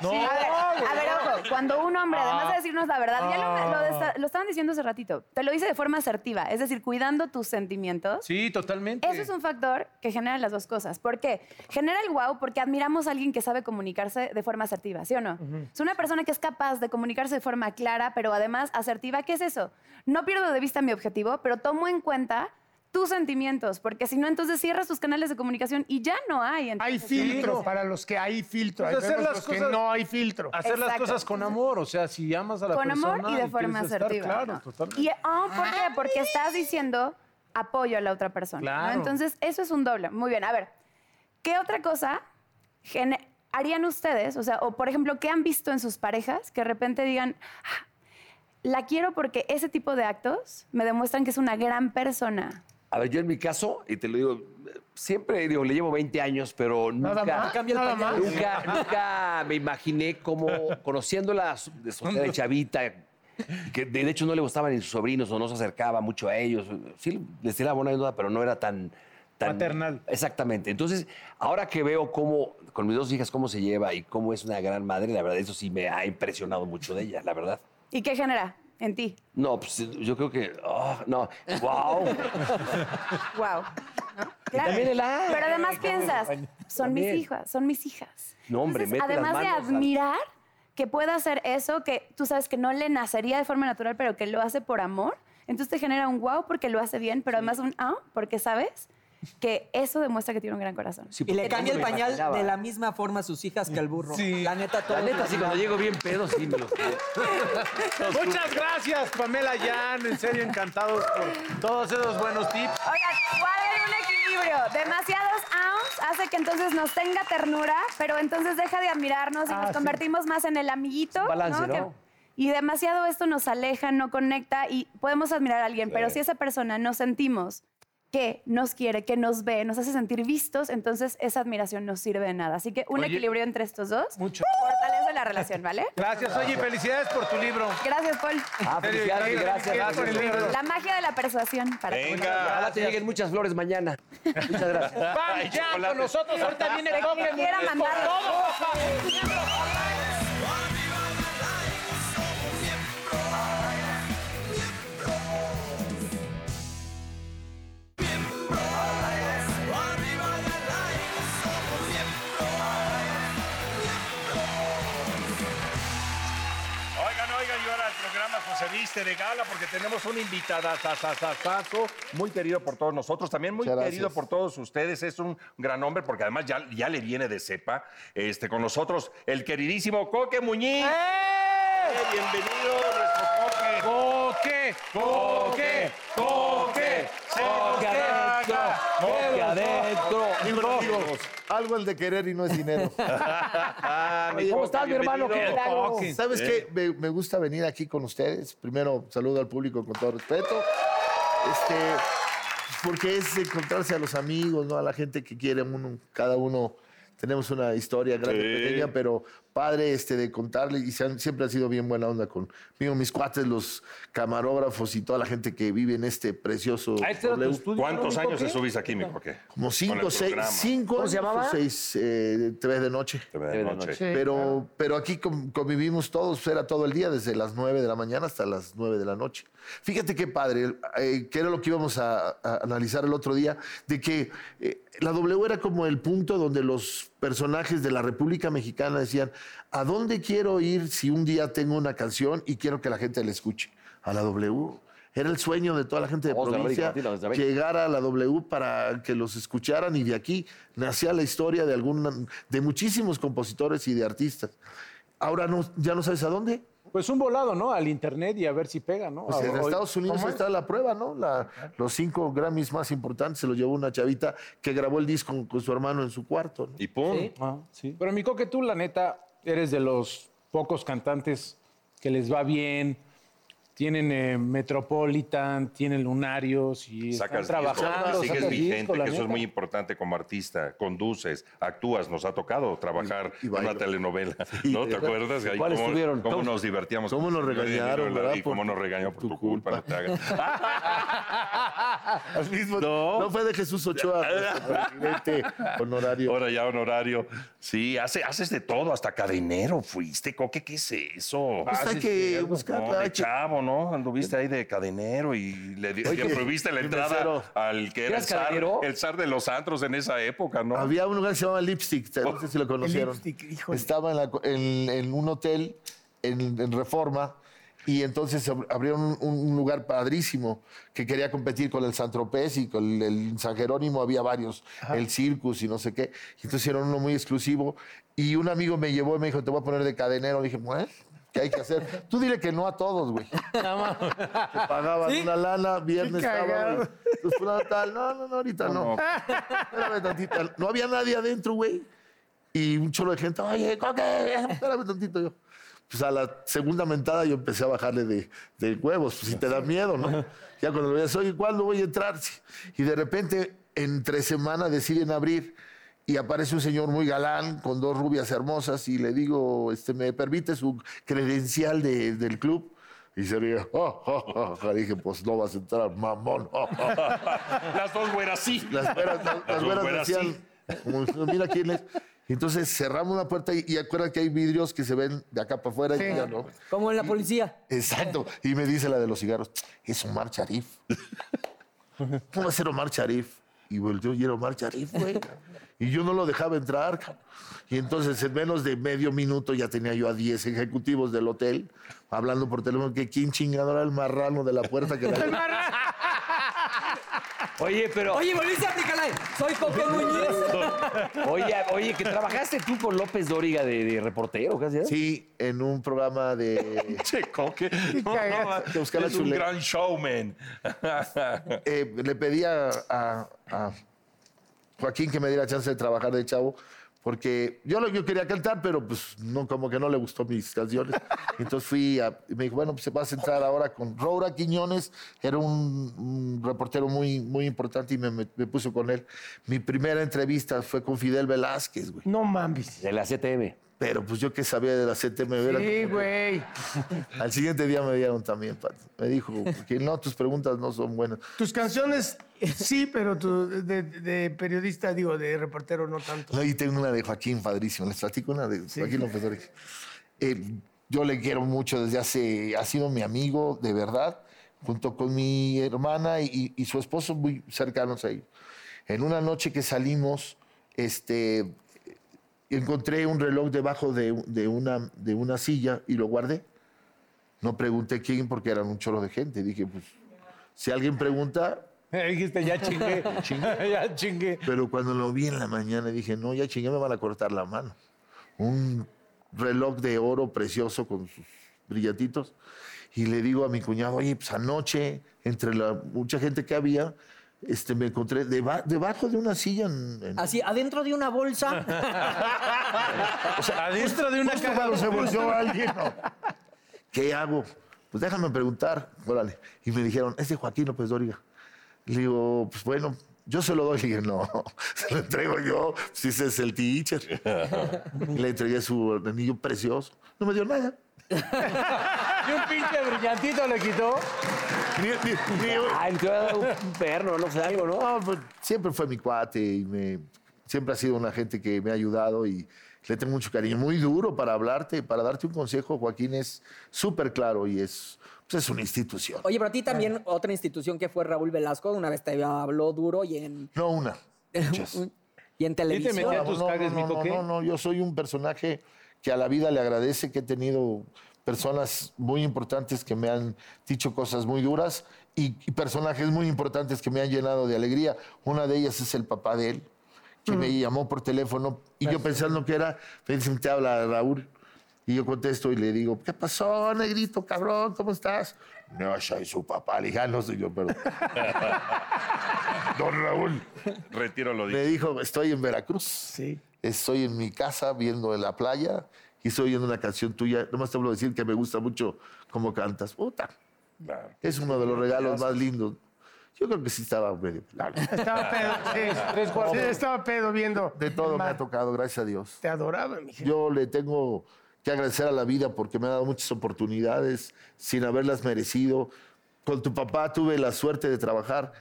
C: No,
H: A ver, a ver, ojo, cuando un hombre, además de decirnos la verdad, ya lo, lo desta- lo estaban diciendo hace ratito, te lo dice de forma asertiva, es decir, cuidando tus sentimientos.
C: Sí, totalmente.
H: Eso es un factor que genera las dos cosas. ¿Por qué? Genera el wow porque admiramos a alguien que sabe comunicarse de forma asertiva, ¿sí o no? Es una persona que es capaz de comunicarse de forma clara, pero además asertiva. ¿Qué es eso? No pierdo de vista mi objetivo, pero tomo en cuenta tus sentimientos, porque si no, entonces cierras tus canales de comunicación y ya no hay. entonces-
D: Hay filtro
C: no.
D: para los que hay filtro.
C: Pues
D: Hay
C: hacer
D: vemos
C: las
D: los
C: cosas-
D: que no hay filtro.
C: Hacer las
H: Exacto.
C: cosas con amor, o sea, si amas a la
H: con
C: persona.
H: amor y de forma
C: quieres estar,
H: asertiva.
C: Claro,
H: ¿no?
C: totalmente.
H: Y ah, ¿por qué? Porque estás diciendo apoyo a la otra persona. ¿no?
C: Claro.
H: Entonces, eso es un doble. Muy bien, a ver, ¿qué otra cosa gene- harían ustedes? O sea, o por ejemplo, ¿qué han visto en sus parejas que de repente digan, "Ah, la quiero porque ese tipo de actos me demuestran que es una gran persona?
G: A ver, yo en mi caso, y te lo digo, eh, siempre digo, le llevo 20 años, pero nunca.
A: Cambia el pañal.
G: Nunca, nunca me imaginé como conociéndola su- de soltera de chavita, que de hecho no le gustaban ni sus sobrinos o no se acercaba mucho a ellos. Sí, les tenía buena ayuda, pero no era tan, tan.
C: Maternal.
G: Exactamente. Entonces, ahora que veo cómo, con mis dos hijas, cómo se lleva y cómo es una gran madre, la verdad, eso sí me ha impresionado mucho de ella, la verdad.
H: ¿Y qué genera en ti?
G: No, pues yo creo que. ah, no, wow.
H: Wow. Claro.
G: también el ay.
H: Pero además piensas, son mis
G: También.
H: hijas, son mis hijas.
G: No, hombre,
H: Entonces,
G: mete las manos
H: además de
G: al-
H: admirar que pueda hacer eso, que tú sabes que no le nacería de forma natural, pero que lo hace por amor, entonces te genera un wow porque lo hace bien, pero además un ah, porque sabes que eso demuestra que tiene un gran corazón.
G: Sí,
A: Y le
G: porque
A: cambia
G: no
A: el
G: me
A: pañal
G: imaginaba.
A: de la misma forma a sus hijas que al burro. La neta, todo.
G: La neta, sí, cuando llego bien pedo, sí me los pido.
C: Muchas gracias, Pamela Jan. En serio, encantados por todos esos buenos tips.
H: Oigan, guarden un equilibrio. Demasiados ounce hace que entonces nos tenga ternura, pero entonces deja de admirarnos y nos convertimos más en el amiguito.
G: Ah, un balance, ¿no?
H: y demasiado esto nos aleja, no conecta y podemos admirar a alguien, pero si esa persona nos sentimos que nos quiere, que nos ve, nos hace sentir vistos, entonces esa admiración no sirve de nada. Así que un equilibrio entre estos dos fortalece la relación, ¿vale?
C: Gracias, oye, y felicidades por tu libro.
H: Gracias, Paul.
G: Ah, felicidades,
C: Gracias,
G: gracias,
C: gracias por el libro.
H: La magia de la persuasión para todos.
E: Venga.
G: Ojalá te lleguen muchas flores mañana. Muchas gracias.
C: Pam, ya con nosotros. Ahorita viene
H: El
C: Coque
H: que quiera
C: Muñiz con
H: mandarlo.
C: todo, papá.
E: Oigan, oigan, y ahora el programa José Viste de Gala porque tenemos un invitada muy querido por todos nosotros, también muy
I: Muchas
E: querido
I: gracias.
E: por todos ustedes, es un gran hombre porque además ya, ya le viene de cepa este, con nosotros el queridísimo Coque
G: ¡Eh!
E: Muñiz. Eh, Bienvenido, nuestro
C: Coque,
E: Coque. Coque, Coque, se nos
G: Coque adentro,
E: caga.
G: coque adentro.
I: Algo el de querer y no es dinero.
E: Ah, mi
G: ¿Cómo
E: Coque,
G: estás, mi hermano? ¿Qué
E: bienvenido.
G: milagro?
I: ¿Sabes qué? Me, me gusta venir aquí con ustedes. Primero, saludo al público con todo respeto. Este, porque es encontrarse a los amigos, ¿no? A la gente que quiere uno, cada uno. Tenemos una historia grande, pequeña, pero padre este, de contarle y se han- siempre han sido bien buena onda conmigo, mis cuates, los camarógrafos y toda la gente que vive en este precioso...
C: Ah, este era tu
I: W.
C: estudio,
E: ¿Cuántos
C: ¿no, mi
E: años
C: Coque?
E: estuviste aquí, mi Coque?
I: Como
E: Con
I: cinco,
E: el
I: seis,
E: programa.
I: cinco
G: ¿Cómo se
I: años o
G: llamaba?
I: seis, eh, tres de noche.
E: Te veo de noche.
I: pero, pero aquí con- convivimos todos, era todo el día, desde las 9 de la mañana hasta las 9 de la noche. Fíjate qué padre, eh, que era lo que íbamos a, a analizar el otro día, de que eh, la W era como el punto donde los personajes de la República Mexicana decían, ¿a dónde quiero ir si un día tengo una canción y quiero que la gente la escuche? A la W. Era el sueño de toda la gente de
G: Vamos de América
I: provincia
G: Latina, desde América.
I: que llegar a la W para que los escucharan y de aquí nacía la historia de algún de muchísimos compositores y de artistas. Ahora no, ya no sabes a dónde.
C: Pues un volado, ¿no? Al internet y a ver si pega, ¿no?
I: Pues en
C: Hoy-
I: Estados Unidos
C: ¿Cómo
I: ahí
C: es?
I: está la prueba, ¿no? La- los cinco Grammys más importantes se los llevó una chavita que grabó el disco con, con su hermano en su cuarto. ¿no?
E: Y pum.
C: Ah, sí. Pero mi Coque, tú la neta eres de los pocos cantantes que les va bien. Tienen eh, Metropolitan, tienen Lunarios y
E: Sacas
C: están trabajando.
E: trabajando, sigues
C: sacas
E: vigente,
C: disco,
E: que
C: la
E: eso es
C: neta.
E: muy importante como artista. Conduces, actúas, nos ha tocado trabajar
I: Y- y
E: en una
I: bailo.
E: telenovela. ¿No te acuerdas? Ahí
G: ¿Cuáles
E: cómo,
G: tuvieron?
E: cómo
G: ¿Cómo-
E: nos divertíamos.
I: cómo nos
E: con Leonardo
I: regañaron,
E: DiCaprio
I: verdad?
E: Y cómo
I: Por-
E: nos regañó por tu culpa. no te hagas.
I: Al mismo- no. fue de Jesús Ochoa, nuestro presidente honorario.
E: Ahora ya honorario. Sí, hace, haces de todo, hasta cadenero fuiste, Coque, ¿qué es eso?
I: Pues hay que
E: cierto,
I: buscarla,
E: no, de
I: hay que-
E: chavo, ¿no? Anduviste ahí de cadenero y le, di- le prohibiste la
I: el
E: entrada
I: mesero.
E: al que era el
G: ¿Eras
E: zar,
G: cadenero?
E: el zar de los antros en esa época, ¿no?
I: Había un lugar que se llamaba Lipstick, no sé si lo conocieron. Este Estaba en, la co- en- en un hotel en, en Reforma y entonces ab- abrieron un, un lugar padrísimo que quería competir con el San Tropez y con el, el San Jerónimo, había varios, el Circus y no sé qué. Entonces hicieron uno muy exclusivo y un amigo me llevó y me dijo, te voy a poner de cadenero. Le dije, bueno, ¿qué hay que hacer? Tú dile que no a todos, güey. Te pagaban una lana, viernes, sábado. y- Entonces, fulano tal, no, no, no, ahorita no. Espérame tantito. No había nadie adentro, güey. Y un cholo de gente, oye, Coque, espérame tantito yo. Pues a la segunda mentada yo empecé a bajarle de, de huevos, pues si te da miedo, ¿no? Ya cuando le veías, oye, ¿cuándo voy a entrar? Sí. Y de repente, entre semana deciden abrir y aparece un señor muy galán con dos rubias hermosas y le digo, este, ¿me permite su credencial de- del club? Y se ríe, "Oh, oh, oh". dije, pues no vas a entrar, mamón. oh, oh".
E: Las dos güeras sí.
I: Las veras, las, las
E: Los
I: veras
E: güeras,
I: decían,
E: sí.
I: como, mira quién es. Entonces cerramos una puerta y, y acuérdate que hay vidrios que se ven de acá para afuera y ya no.
A: Como en la policía.
I: Exacto. Y me dice la de los cigarros, es Omar Sharif. ¿Cómo va a ser Omar Sharif? Y volteó y era Omar Sharif, güey. Y yo no lo dejaba entrar. cabrón. Y entonces en menos de medio minuto ya tenía yo a 10 ejecutivos del hotel hablando por teléfono que quién chingado era el marrano de la puerta que era.
G: Oye, pero.
A: Oye, volviste a aplicarla. Soy Coque Muñiz.
G: Oye, oye, que trabajaste tú con López Dóriga de, de reportero, casi. ¿eh?
I: Sí, en un programa de...
E: Che, coque. No,
D: cagada.
I: Te busca la
E: es un
I: chuleta.
E: gran showman.
I: eh, le pedí a, a- a Joaquín que me diera chance de trabajar de chavo, porque yo, lo- yo quería cantar, pero pues no, como que no le gustó mis canciones. Entonces fui a, y me dijo, bueno, pues se va a entrar ahora con Roura Quiñones, era un, un reportero muy, muy importante y me, me- me puso con él. Mi primera entrevista fue con Fidel Velázquez, güey.
D: No mames.
G: De la CTM.
I: Pero pues yo que sabía de la CTM, era
D: Sí,
I: como-
D: güey.
I: al siguiente día me dieron también, Pat. Me dijo, que no, tus preguntas no son buenas.
D: Tus canciones, sí, pero tu- de, de periodista, digo, de reportero, no tanto.
I: No, y tengo una de Joaquín padrísimo. Les platico una de Joaquín López Dóriga. Eh, yo le quiero mucho desde hace... Ha sido mi amigo, de verdad, junto con mi hermana y, y su esposo muy cercanos a ellos. En una noche que salimos, este, encontré un reloj debajo de, de una, de una silla y lo guardé. No pregunté quién porque eran un chorro de gente. Dije, pues, si alguien pregunta,
C: Dijiste, ya chingué, ya chingué.
I: pero cuando lo vi en la mañana dije, no, ya chingué, me van a cortar la mano. Un reloj de oro precioso con sus brillatitos. Y le digo a mi cuñado, oye, pues anoche, entre la mucha gente que había, este, me encontré deba- debajo de una silla. En, en-
A: Así, adentro de una bolsa.
C: Adentro de una
I: Justo
C: caja.
I: cuando se volvió alguien. ¿no? ¿Qué hago? Pues déjame preguntar. Órale. Y me dijeron, es de Joaquín López Dóriga. Le digo, pues bueno, yo se lo doy. Le dije, no, se lo entrego yo. Si ese es el teacher. Y le entregué su anillo precioso. No me dio nada.
C: Y un pinche brillantito le quitó.
I: Ni- ni- ni-
G: Ah, te voy a dar un un perno, no sé, algo, ¿no?
I: No, pues, siempre fue mi cuate y me, siempre ha sido una gente que me ha ayudado y le tengo mucho cariño. Muy duro para hablarte, para darte un consejo, Joaquín es súper claro y es, pues, es una institución.
A: Oye, pero a ti también otra institución que fue Raúl Velasco, una vez te habló duro y en,
I: No una, muchas.
A: y en televisión.
C: metí a tus
I: no,
C: cagues,
I: no,
C: mi
I: no,
C: coque.
I: no, no, yo soy un personaje que a la vida le agradece que he tenido personas muy importantes que me han dicho cosas muy duras y, y personajes muy importantes que me han llenado de alegría. Una de ellas es el papá de él, que me llamó por teléfono y yo pensando que era, me dicen, te habla Raúl. Y yo contesto y le digo, ¿qué pasó, negrito, cabrón? ¿Cómo estás? No, soy su papá. Le dije, "Ah, no soy yo, perdón. Don Raúl.
E: Retiro lo dicho.
I: Me dijo, estoy en Veracruz. Estoy en mi casa viendo la playa y estoy oyendo una canción tuya. Nomás te hablo decir que me gusta mucho cómo cantas. Puta. Es uno de los regalos más lindos. Yo creo que sí estaba medio pelado.
D: Estaba pedo, sí. Sí, estaba pedo viendo.
I: De todo
D: el
I: me
D: mar.
I: ha tocado, gracias a Dios.
D: Te adoraba, mi gente.
I: Yo le tengo que agradecer a la vida porque me ha dado muchas oportunidades sin haberlas merecido. Con tu papá tuve la suerte de trabajar.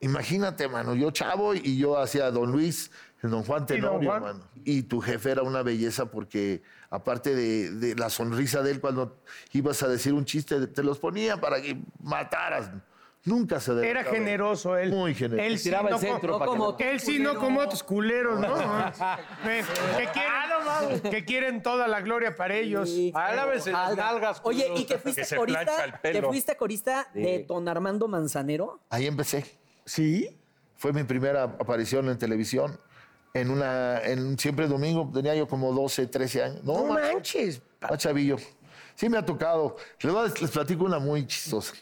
I: Imagínate, mano, yo chavo y yo hacía Don Luis, el Don Juan
D: don
I: Tenorio,
D: Juan.
I: mano. Y tu jefe era una belleza porque, aparte de, de la sonrisa de él cuando ibas a decir un chiste, te los ponía para que mataras. Nunca se
D: Era
I: delataba.
D: generoso él.
I: Muy generoso.
D: Él sí,
G: Tiraba el
D: no co-
G: centro
A: no
G: para que
A: como-
G: no-
D: Él sí, no como otros culeros, ¿no? Ve, que, quieren, que quieren toda la gloria para ellos.
A: Sí.
C: Álabes en las nalgas.
A: Oye,
C: culo.
A: y que fuiste
E: Que se plancha el
A: corista,
E: pelo.
A: que fuiste corista de Don Armando Manzanero.
I: Ahí empecé.
D: ¿Sí?
I: Fue mi primera aparición en televisión. En una, en siempre domingo, tenía yo como 12, 13 años. No,
D: No
I: macho,
D: manches.
I: más chavillo. Sí me ha tocado. Les, voy a- les platico una muy chistosa.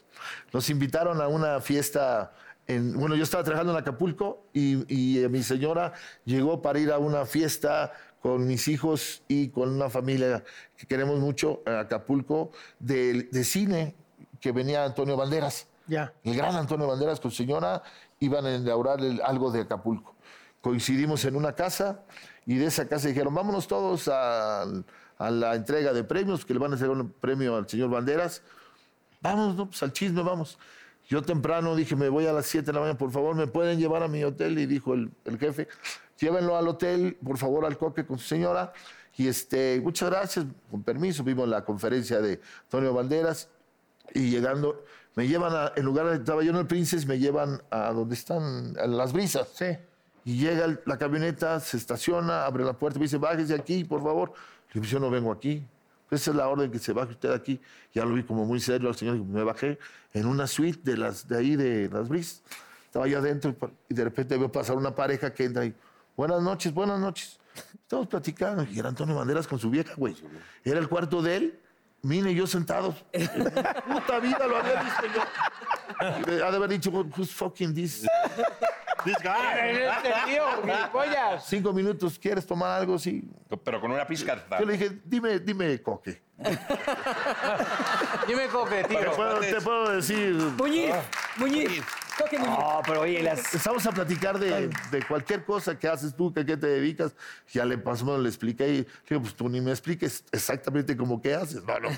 I: Nos invitaron a una fiesta en- bueno, yo estaba trabajando en Acapulco y, y, eh, mi señora llegó para ir a una fiesta con mis hijos y con una familia que queremos mucho, a Acapulco, de, de cine, que venía Antonio Banderas.
D: Ya.
I: El gran Antonio Banderas con su señora iban a inaugurar el- algo de Acapulco. Coincidimos en una casa y de esa casa dijeron, vámonos todos al- a, la entrega de premios, que le van a hacer un premio al señor Banderas. Vamos, no, pues al chisme, vamos. Yo temprano dije, me voy a las 7 de la mañana, por favor, ¿me pueden llevar a mi hotel? Y dijo el, el jefe, llévenlo al hotel, por favor, al coque con su señora. Y este, muchas gracias, con permiso, vimos la conferencia de Antonio Banderas y llegando, me llevan a, en lugar de estaba yo en el Princess, me llevan a donde están a las brisas. Y llega el- la camioneta, se estaciona, abre la puerta, me dice, bájese aquí, por favor. Le digo, "Pues yo no vengo aquí. Pues esa es la orden que se baje usted aquí. Ya lo vi como muy serio al señor, digo, me bajé en una suite de, las, de ahí de las brisas. Estaba yo adentro y de repente veo pasar una pareja que entra y, buenas noches, buenas noches. Estamos platicando y era Antonio Banderas con su vieja, güey. Era el cuarto de él, Mine y yo sentados. Puta vida lo había visto yo. Le Ha de haber dicho, who's fucking this? This guy.
D: Este tío, gilipollas.
I: Cinco minutos, ¿quieres tomar algo? Sí.
E: Pero con una pizca de
I: Yo le dije, dime, dime, coque.
A: Yo me coge,
I: Te puedo, te puedo decir.
A: Muñiz,
C: Ah.
A: Muñiz, coge Muñiz.
G: No, pero oye, las...
I: Estamos a platicar de, de cualquier cosa que haces tú, que a qué te dedicas. Ya le pasó, bueno, le expliqué y le dije, pues tú ni me expliques exactamente cómo qué haces. No, no.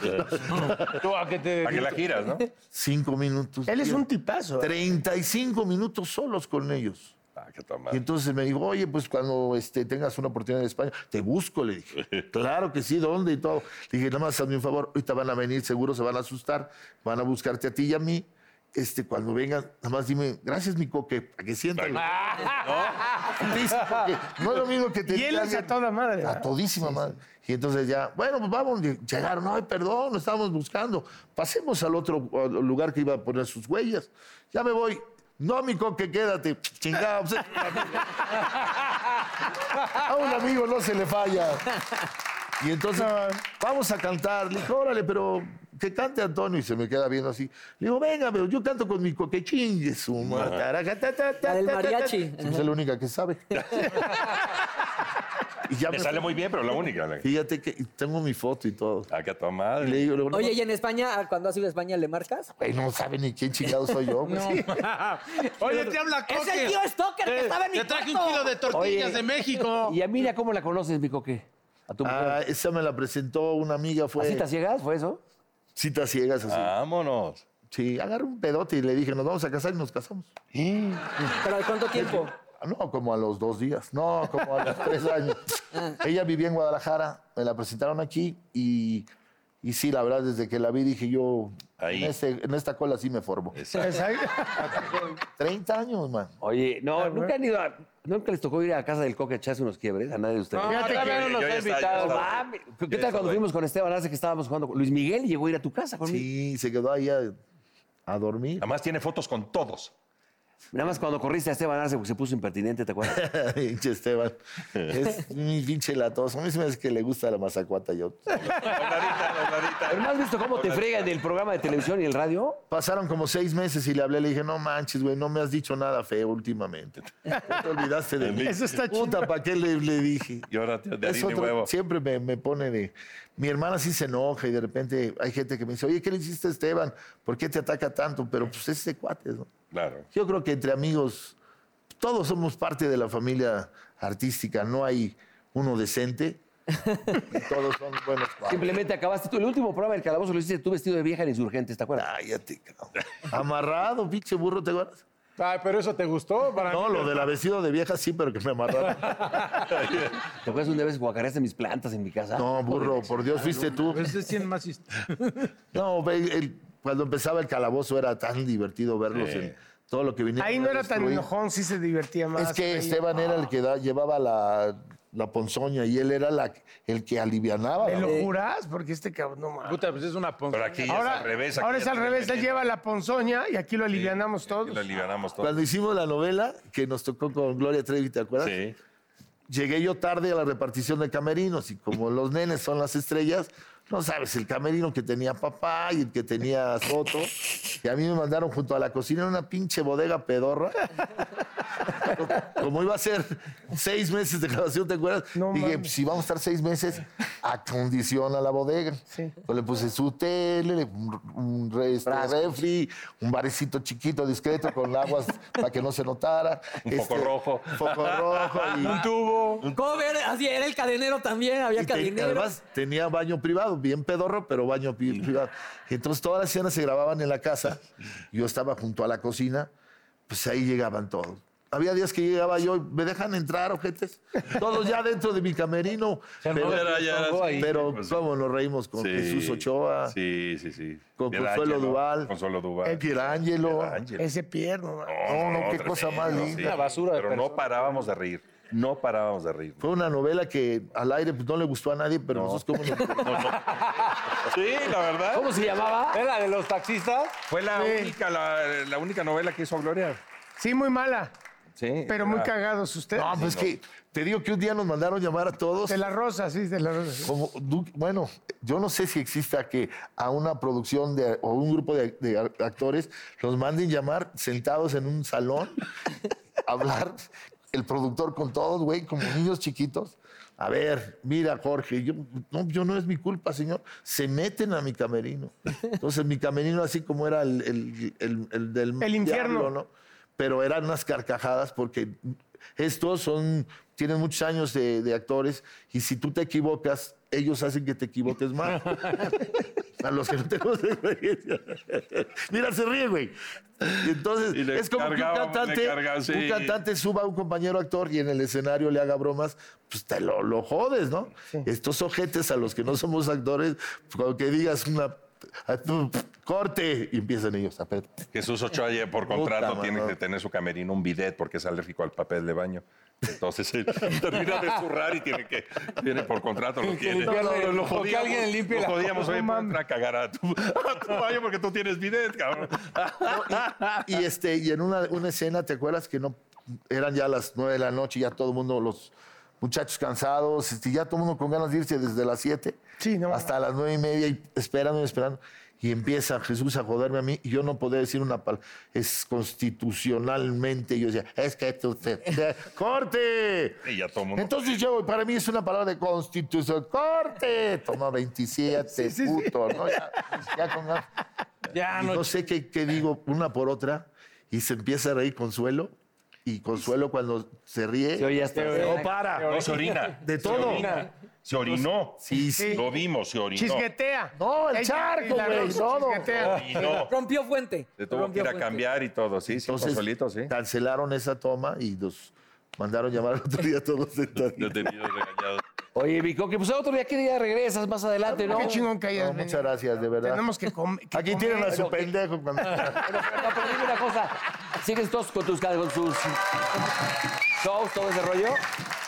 D: ¿Tú a qué te
E: Para que la giras, ¿no?
I: Cinco minutos.
D: Él es
I: tío.
D: un tipazo.
I: 35 minutos solos con ellos.
E: Ah, qué toma.
I: Y entonces me dijo, oye, pues cuando este, tengas una oportunidad en España, te busco, le dije. Claro que sí, ¿dónde y todo? Le dije, nada más hazme un favor, ahorita van a venir, seguro se van a asustar, van a buscarte a ti y a mí. Este, cuando vengan, nada más dime, gracias, mi coque, para que sientan. Dice, porque No es lo mismo que te
D: Y él
I: diga
D: es a
I: alguien-
D: toda madre.
I: a todísima madre. Y entonces ya, bueno, pues vamos, y llegaron, ay, perdón, lo estábamos buscando. Pasemos al otro al lugar que iba a poner sus huellas. Ya me voy. No, mi coque, quédate. Chingado. pues, es un amigo. a un amigo no se le falla. Y entonces, vamos a cantar. Le dije, órale, pero que cante Antonio. Y se me queda viendo así. Le digo, venga, pero yo canto con mi coque chingue su madre.
A: La del mariachi.
I: Sí, pues, Es la única que sabe. y ya
E: Le
I: me
E: sale muy bien, pero la única. la-
I: Fíjate que y tengo mi foto y todo.
E: Ah, qué toma
I: Y le digo, luego, no,
A: Oye, ¿y en España, ah, cuando has ido a España, le marcas?
I: güey, no sabe ni quién chingado soy yo. güey. Sí.
C: Oye, te habla
A: ¡Es el tío Stoker que estaba en mi
C: Eh, Te traje un
A: cuarto!
C: kilo de tortillas
G: Oye.
C: de México.
G: Y a Mira, ¿cómo la conoces, mi coque? A tu mujer.
I: Ah, esa me la presentó una amiga,
G: ¿A
I: fue
G: citas ciegas? ¿Fue eso?
I: citas ciegas así.
E: Vámonos.
I: Sí, agarré un pedote y le dije, nos vamos a casar y nos casamos.
A: ¿Pero de cuánto tiempo?
I: Ah, No, como a los dos días. No, como a los tres años. Ella vivía en Guadalajara, me la presentaron aquí y, y sí, la verdad, desde que la vi dije yo,
E: Ahí.
I: En, este- en esta cola sí me formo.
D: Exacto.
I: 30 años, man.
G: Oye, no, nunca han ido a... ¿Nunca les tocó ir a casa del coque a echarse unos quiebres? A nadie de ustedes.
E: Fíjate
D: todavía
E: que
D: no
E: yo
D: nos
E: ya
D: ha
E: estaba-
D: invitado.
E: yo estaba-
G: Mami, Ah, ¿Qué
E: Eso,
G: tal cuando
E: güey.
G: fuimos con Esteban Arce que estábamos jugando con Luis Miguel llegó a ir a tu casa conmigo?
I: Sí, se quedó ahí a, a dormir.
E: Además tiene fotos con todos.
G: Nada más cuando corriste a Esteban Arce porque se puso impertinente, ¿te acuerdas?
I: pinche Esteban. Es un pinche latoso. A mí se me hace que le gusta la mazacuata. Yo.
E: Dobladita, dobladita.
G: ¿Pero no has visto cómo te fregan del programa de televisión y el radio?
I: Pasaron como seis meses y le hablé. Le dije, no manches, güey, no me has dicho nada feo últimamente. Ya te olvidaste de mí.
D: Eso está chido.
I: Puta, ¿para qué le, le dije?
E: Y ahora te- de
I: Es
E: harina y
I: otro-
E: huevo.
I: siempre me, me pone de... Mi hermana sí se enoja y de repente hay gente que me dice, oye, ¿qué le hiciste a Esteban? ¿Por qué te ataca tanto? Pero pues es de cuates, ¿no?
E: Claro.
I: Yo creo que entre amigos, todos somos parte de la familia artística. No hay uno decente. todos son buenos cuates.
G: Simplemente acabaste tú. El último programa del calabozo lo hiciste tú vestido de vieja en insurgentes, ¿te acuerdas?
I: Cállate, cabrón. Amarrado, pinche burro, ¿te acuerdas?
C: Ay, pero eso te gustó. Para
I: No,
C: mí
I: lo de la vestido de vieja sí, pero que me amarraron.
G: ¿Te acuerdas una vez guacareaste mis plantas en mi casa?
I: No, burro, por Dios, fuiste tú.
C: Pues es quien más hist-
I: No, ve, el- cuando empezaba el calabozo era tan divertido verlos en todo lo que venía.
D: Ahí no era tan enojón, sí se divertía más.
I: Es que
D: reía.
I: Esteban era el que da- llevaba la, la ponzoña y él era la- el que alivianaba.
D: ¿Me
I: la-
D: lo juras? Porque este cabrón, no mames.
C: Puta, pues es una ponza.
E: Pero aquí ya
D: Ahora,
E: es al revés. aquí
D: ahora
E: ya
D: es al
E: está
D: revés. Él
E: dependiendo.
D: lleva la ponzoña y aquí lo alivianamos todos.
E: Aquí Lo alivianamos todos.
I: ¿eh? Cuando hicimos la novela que nos tocó con Gloria Trevi, ¿te acuerdas?
E: Sí.
I: llegué yo tarde a la repartición de camerinos y como los nenes son las estrellas, No sabes, el camerino que tenía papá y el que tenía Soto. Y a mí me mandaron junto a la cocina en una pinche bodega pedorra. Como iba a ser seis meses de grabación, ¿te acuerdas?
D: No
I: Dije,
D: mames.
I: si vamos a estar seis meses, acondiciona la bodega. Entonces le puse su tele, le- un, un re- este, refri, un barecito chiquito, discreto, con aguas para que no se notara.
E: Un foco rojo.
I: Foco rojo. Y,
A: Cover, así era el cadenero también, había
I: y te-
A: cadenero.
I: además tenía baño privado, bien pedorro, pero baño pi- privado. Entonces todas las escenas se grababan en la casa. Yo estaba junto a la cocina, pues ahí llegaban todos. Había días que llegaba yo, y, ¿me dejan entrar, ojetes? Todos ya dentro de mi camerino. pero,
E: era, ya era.
I: pero,
E: Pues sí.
I: cómo nos reímos con
E: Sí,
I: Jesús Ochoa,
E: Sí, sí, sí.
I: Con Consuelo
E: Ángelo,
I: Duval.
E: Consuelo Duval.
I: Pierangelo.
E: Ángel.
D: Ese pierno, man.
I: No, no, qué cosa más linda.
E: Una basura Pero no parábamos de reír. No parábamos de reír.
I: Fue una novela que al aire pues, no le gustó a nadie, pero nosotros cómo nos...
E: Sí, la verdad.
G: ¿Cómo se llamaba?
C: ¿Es la de los taxistas?
E: Fue la única, la, la única novela que hizo Gloria. Ah.
D: Sí, muy mala,
E: Sí.
D: pero muy
E: era-
D: cagados ustedes.
I: No, pues es que te digo que un día nos mandaron llamar a todos.
D: De la rosa, sí, de la rosa. sí.
I: Como du- bueno, yo no sé si exista que a una producción de, o un grupo de, de ar- actores los manden llamar sentados en un salón, hablar el productor con todos, güey, como niños chiquitos. A ver, mira, Jorge, yo no, yo no es mi culpa, señor. Se meten a mi camerino. Entonces, mi camerino, así como era el, el- el- el del
D: El infierno.
I: diablo, ¿no? Pero eran unas carcajadas porque estos son, tienen muchos años de, de actores y si tú te equivocas, ellos hacen que te equivoques más. A los que no tenemos experiencia. Mira, se ríe, güey. Y Entonces,
E: Y le
I: es como que un
E: cargaba, le
I: cantante,
E: cargaba, sí.
I: un cantante suba a un compañero actor y en el escenario le haga bromas, pues te lo, lo jodes, ¿no? Estos ojetes a los que no somos actores, pues cuando que digas una... ah, Corte y empiezan ellos a pe-
E: Jesús Ochoa ya por
I: Puta,
E: contrato
I: mano.
E: tiene que tener su camerino un bidet porque es alérgico al papel de baño. Entonces él termina de zurrar y tiene que tiene por contrato lo tiene.
G: limpiarle-
E: lo
G: o que alguien limpie
E: lo
G: la-
E: jodíamos oye, para entrar a cagar a tu, a tu baño porque tú tienes bidet, cabrón.
I: y este y en una, una escena te acuerdas que no eran ya las nueve de la noche ya todo el mundo los muchachos cansados este, ya todo el mundo con ganas de irse desde las siete
D: Sí, no.
I: hasta las nueve y media y esperando y esperando y empieza Jesús a joderme a mí y yo no podía decir una palabra. Es constitucionalmente. y Yo decía, es que tú te- te- ¡Corte!
E: Y ya todo el mundo.
I: Entonces yo, para mí es una palabra de constitución. ¡Corte! Toma 27, puto, ¿no? Ya, ya con ganas.
C: Ya,
I: Y no sé qué, qué digo una por otra y se empieza a reír Consuelo y Consuelo cuando se ríe
G: Se oye hasta-
D: Eh,
I: no para
E: No, se orina.
I: de todo.
E: Se orinó.
I: Sí, sí.
E: Lo vimos, se orinó.
D: Chisguetea.
I: No, el
D: Ella y
I: charco,
D: la
I: güey,
D: rosa
I: todo.
D: chisguetea.
E: Orinó.
A: Rompió fuente.
E: Se tuvo que
A: rompió
E: ir a
A: fuente.
E: cambiar y todo, sí, sí,
I: Entonces
E: solito, sí.
I: cancelaron esa toma y nos mandaron llamar al otro día todos sentaditos.
E: Detenidos, regañados.
G: Oye, Vico, que pues otro día, ¿qué día regresas más adelante, no?
D: Qué chingón que hayas
I: No,
D: venido.
I: muchas gracias, de verdad.
D: Tenemos que, com- que
I: Aquí
D: comer.
I: tienen a su pendejo. cuando-
G: No, pero dime una cosa. ¿Sigues todos con tus, con sus shows, todo ese rollo?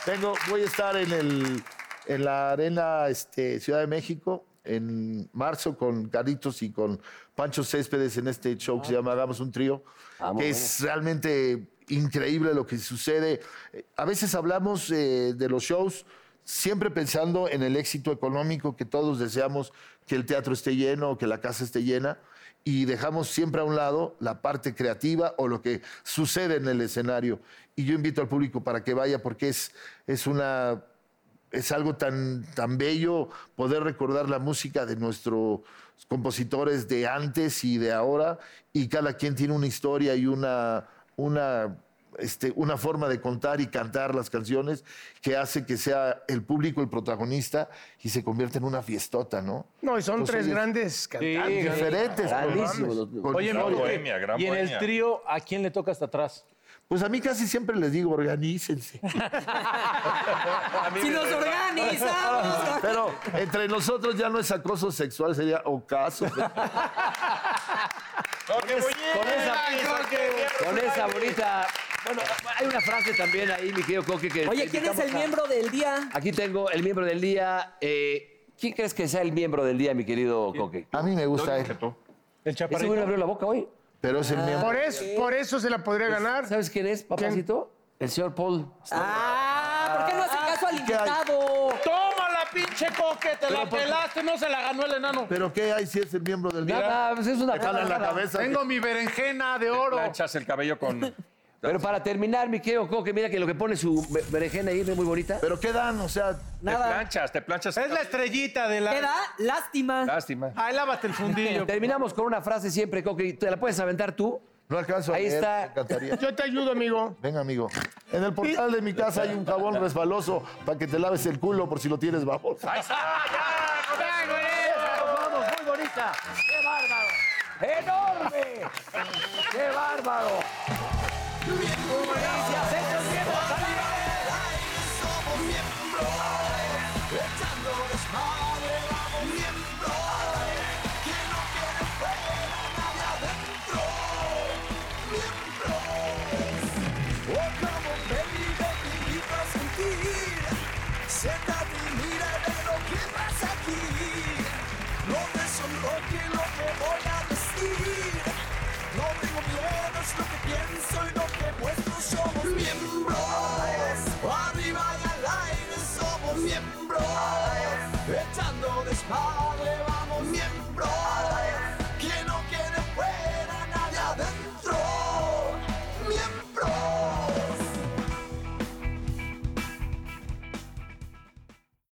I: Tengo, voy a estar en, el, en la arena este, Ciudad de México en marzo con Carlitos y con Pancho Céspedes en este show que se llama Hagamos un Trío,
G: Ah,
I: que es realmente increíble lo que sucede. Eh, A veces hablamos eh, de los shows siempre pensando en el éxito económico que todos deseamos, que el teatro esté lleno, que la casa esté llena, y dejamos siempre a un lado la parte creativa o lo que sucede en el escenario. Y yo invito al público para que vaya porque es, es una es algo tan, tan bello poder recordar la música de nuestros compositores de antes y de ahora, y cada quien tiene una historia y una, una, este, una forma de contar y cantar las canciones que hace que sea el público el protagonista y se convierte en una fiestota, ¿no?
D: No, y son
I: Pues,
D: tres
I: oye,
D: grandes cantantes.
I: ah, Diferentes.
G: grandísimo.
I: con- con
J: Oye,
E: Gran
I: historia.
E: bohemia, gran
J: y en el
E: bohemia.
J: trío, ¿a quién le toca hasta atrás?
I: Pues a mí casi siempre les digo, organícense.
E: A mí
A: Ah, Si
E: me-
A: nos organizamos.
I: Pero entre nosotros ya no es acoso sexual, sería ocaso.
E: No, qué bonito.
G: Con esa,
E: Ay, Jorge,
G: con esa bonita... Bueno, hay una frase también ahí, mi querido Coque, que...
A: Oye, ¿quién es el
G: dedicamos a-
A: miembro del día?
G: Aquí tengo el miembro del día. eh, ¿Quién crees que sea el miembro del día, mi querido Coque?
I: A mí me gusta él,
J: El
G: Ese güey no
J: chaparrito.
G: abrió la boca hoy.
I: pero es el miembro.
D: Por eso, por eso Pues se la podría ganar.
G: ¿Sabes quién es, papacito? El señor Paul.
A: Ah, ¿por qué no hace caso al
I: hay?
A: invitado?
D: ¡Toma la pinche
C: Checo, que te la pelaste, no se la ganó el enano.
I: ¿Pero qué hay si es el miembro del
G: Nada, pues es una
I: Te jalan la
G: cosa.
I: cabeza.
C: Tengo mi berenjena de oro.
E: Planchas el cabello con.
G: Pero para terminar, mi querido Coque, mira que lo que pone su be- berenjena ahí es muy bonita.
I: ¿Pero qué dan? O sea,
E: Te
A: Nada.
E: planchas, te planchas.
C: Es la estrellita de la.
A: Queda lástima.
E: Lástima.
C: Ahí lávate el fundillo.
G: Terminamos con una frase siempre, Coque. ¿Te la puedes aventar tú?
I: no alcanzo a
G: Ahí
I: leer,
G: está.
I: me encantaría.
D: Yo te ayudo, amigo.
I: Venga, amigo. En el portal de mi casa hay un jabón resbaloso para que te laves el culo por si lo tienes baboso.
G: ¡Vamos, muy bonita! ¡Qué bárbaro! ¡Enorme! ¡Qué bárbaro! ¡Gracias, estos miembros, amigos.
K: Somos miembros, echando desmadre, vamos miembros.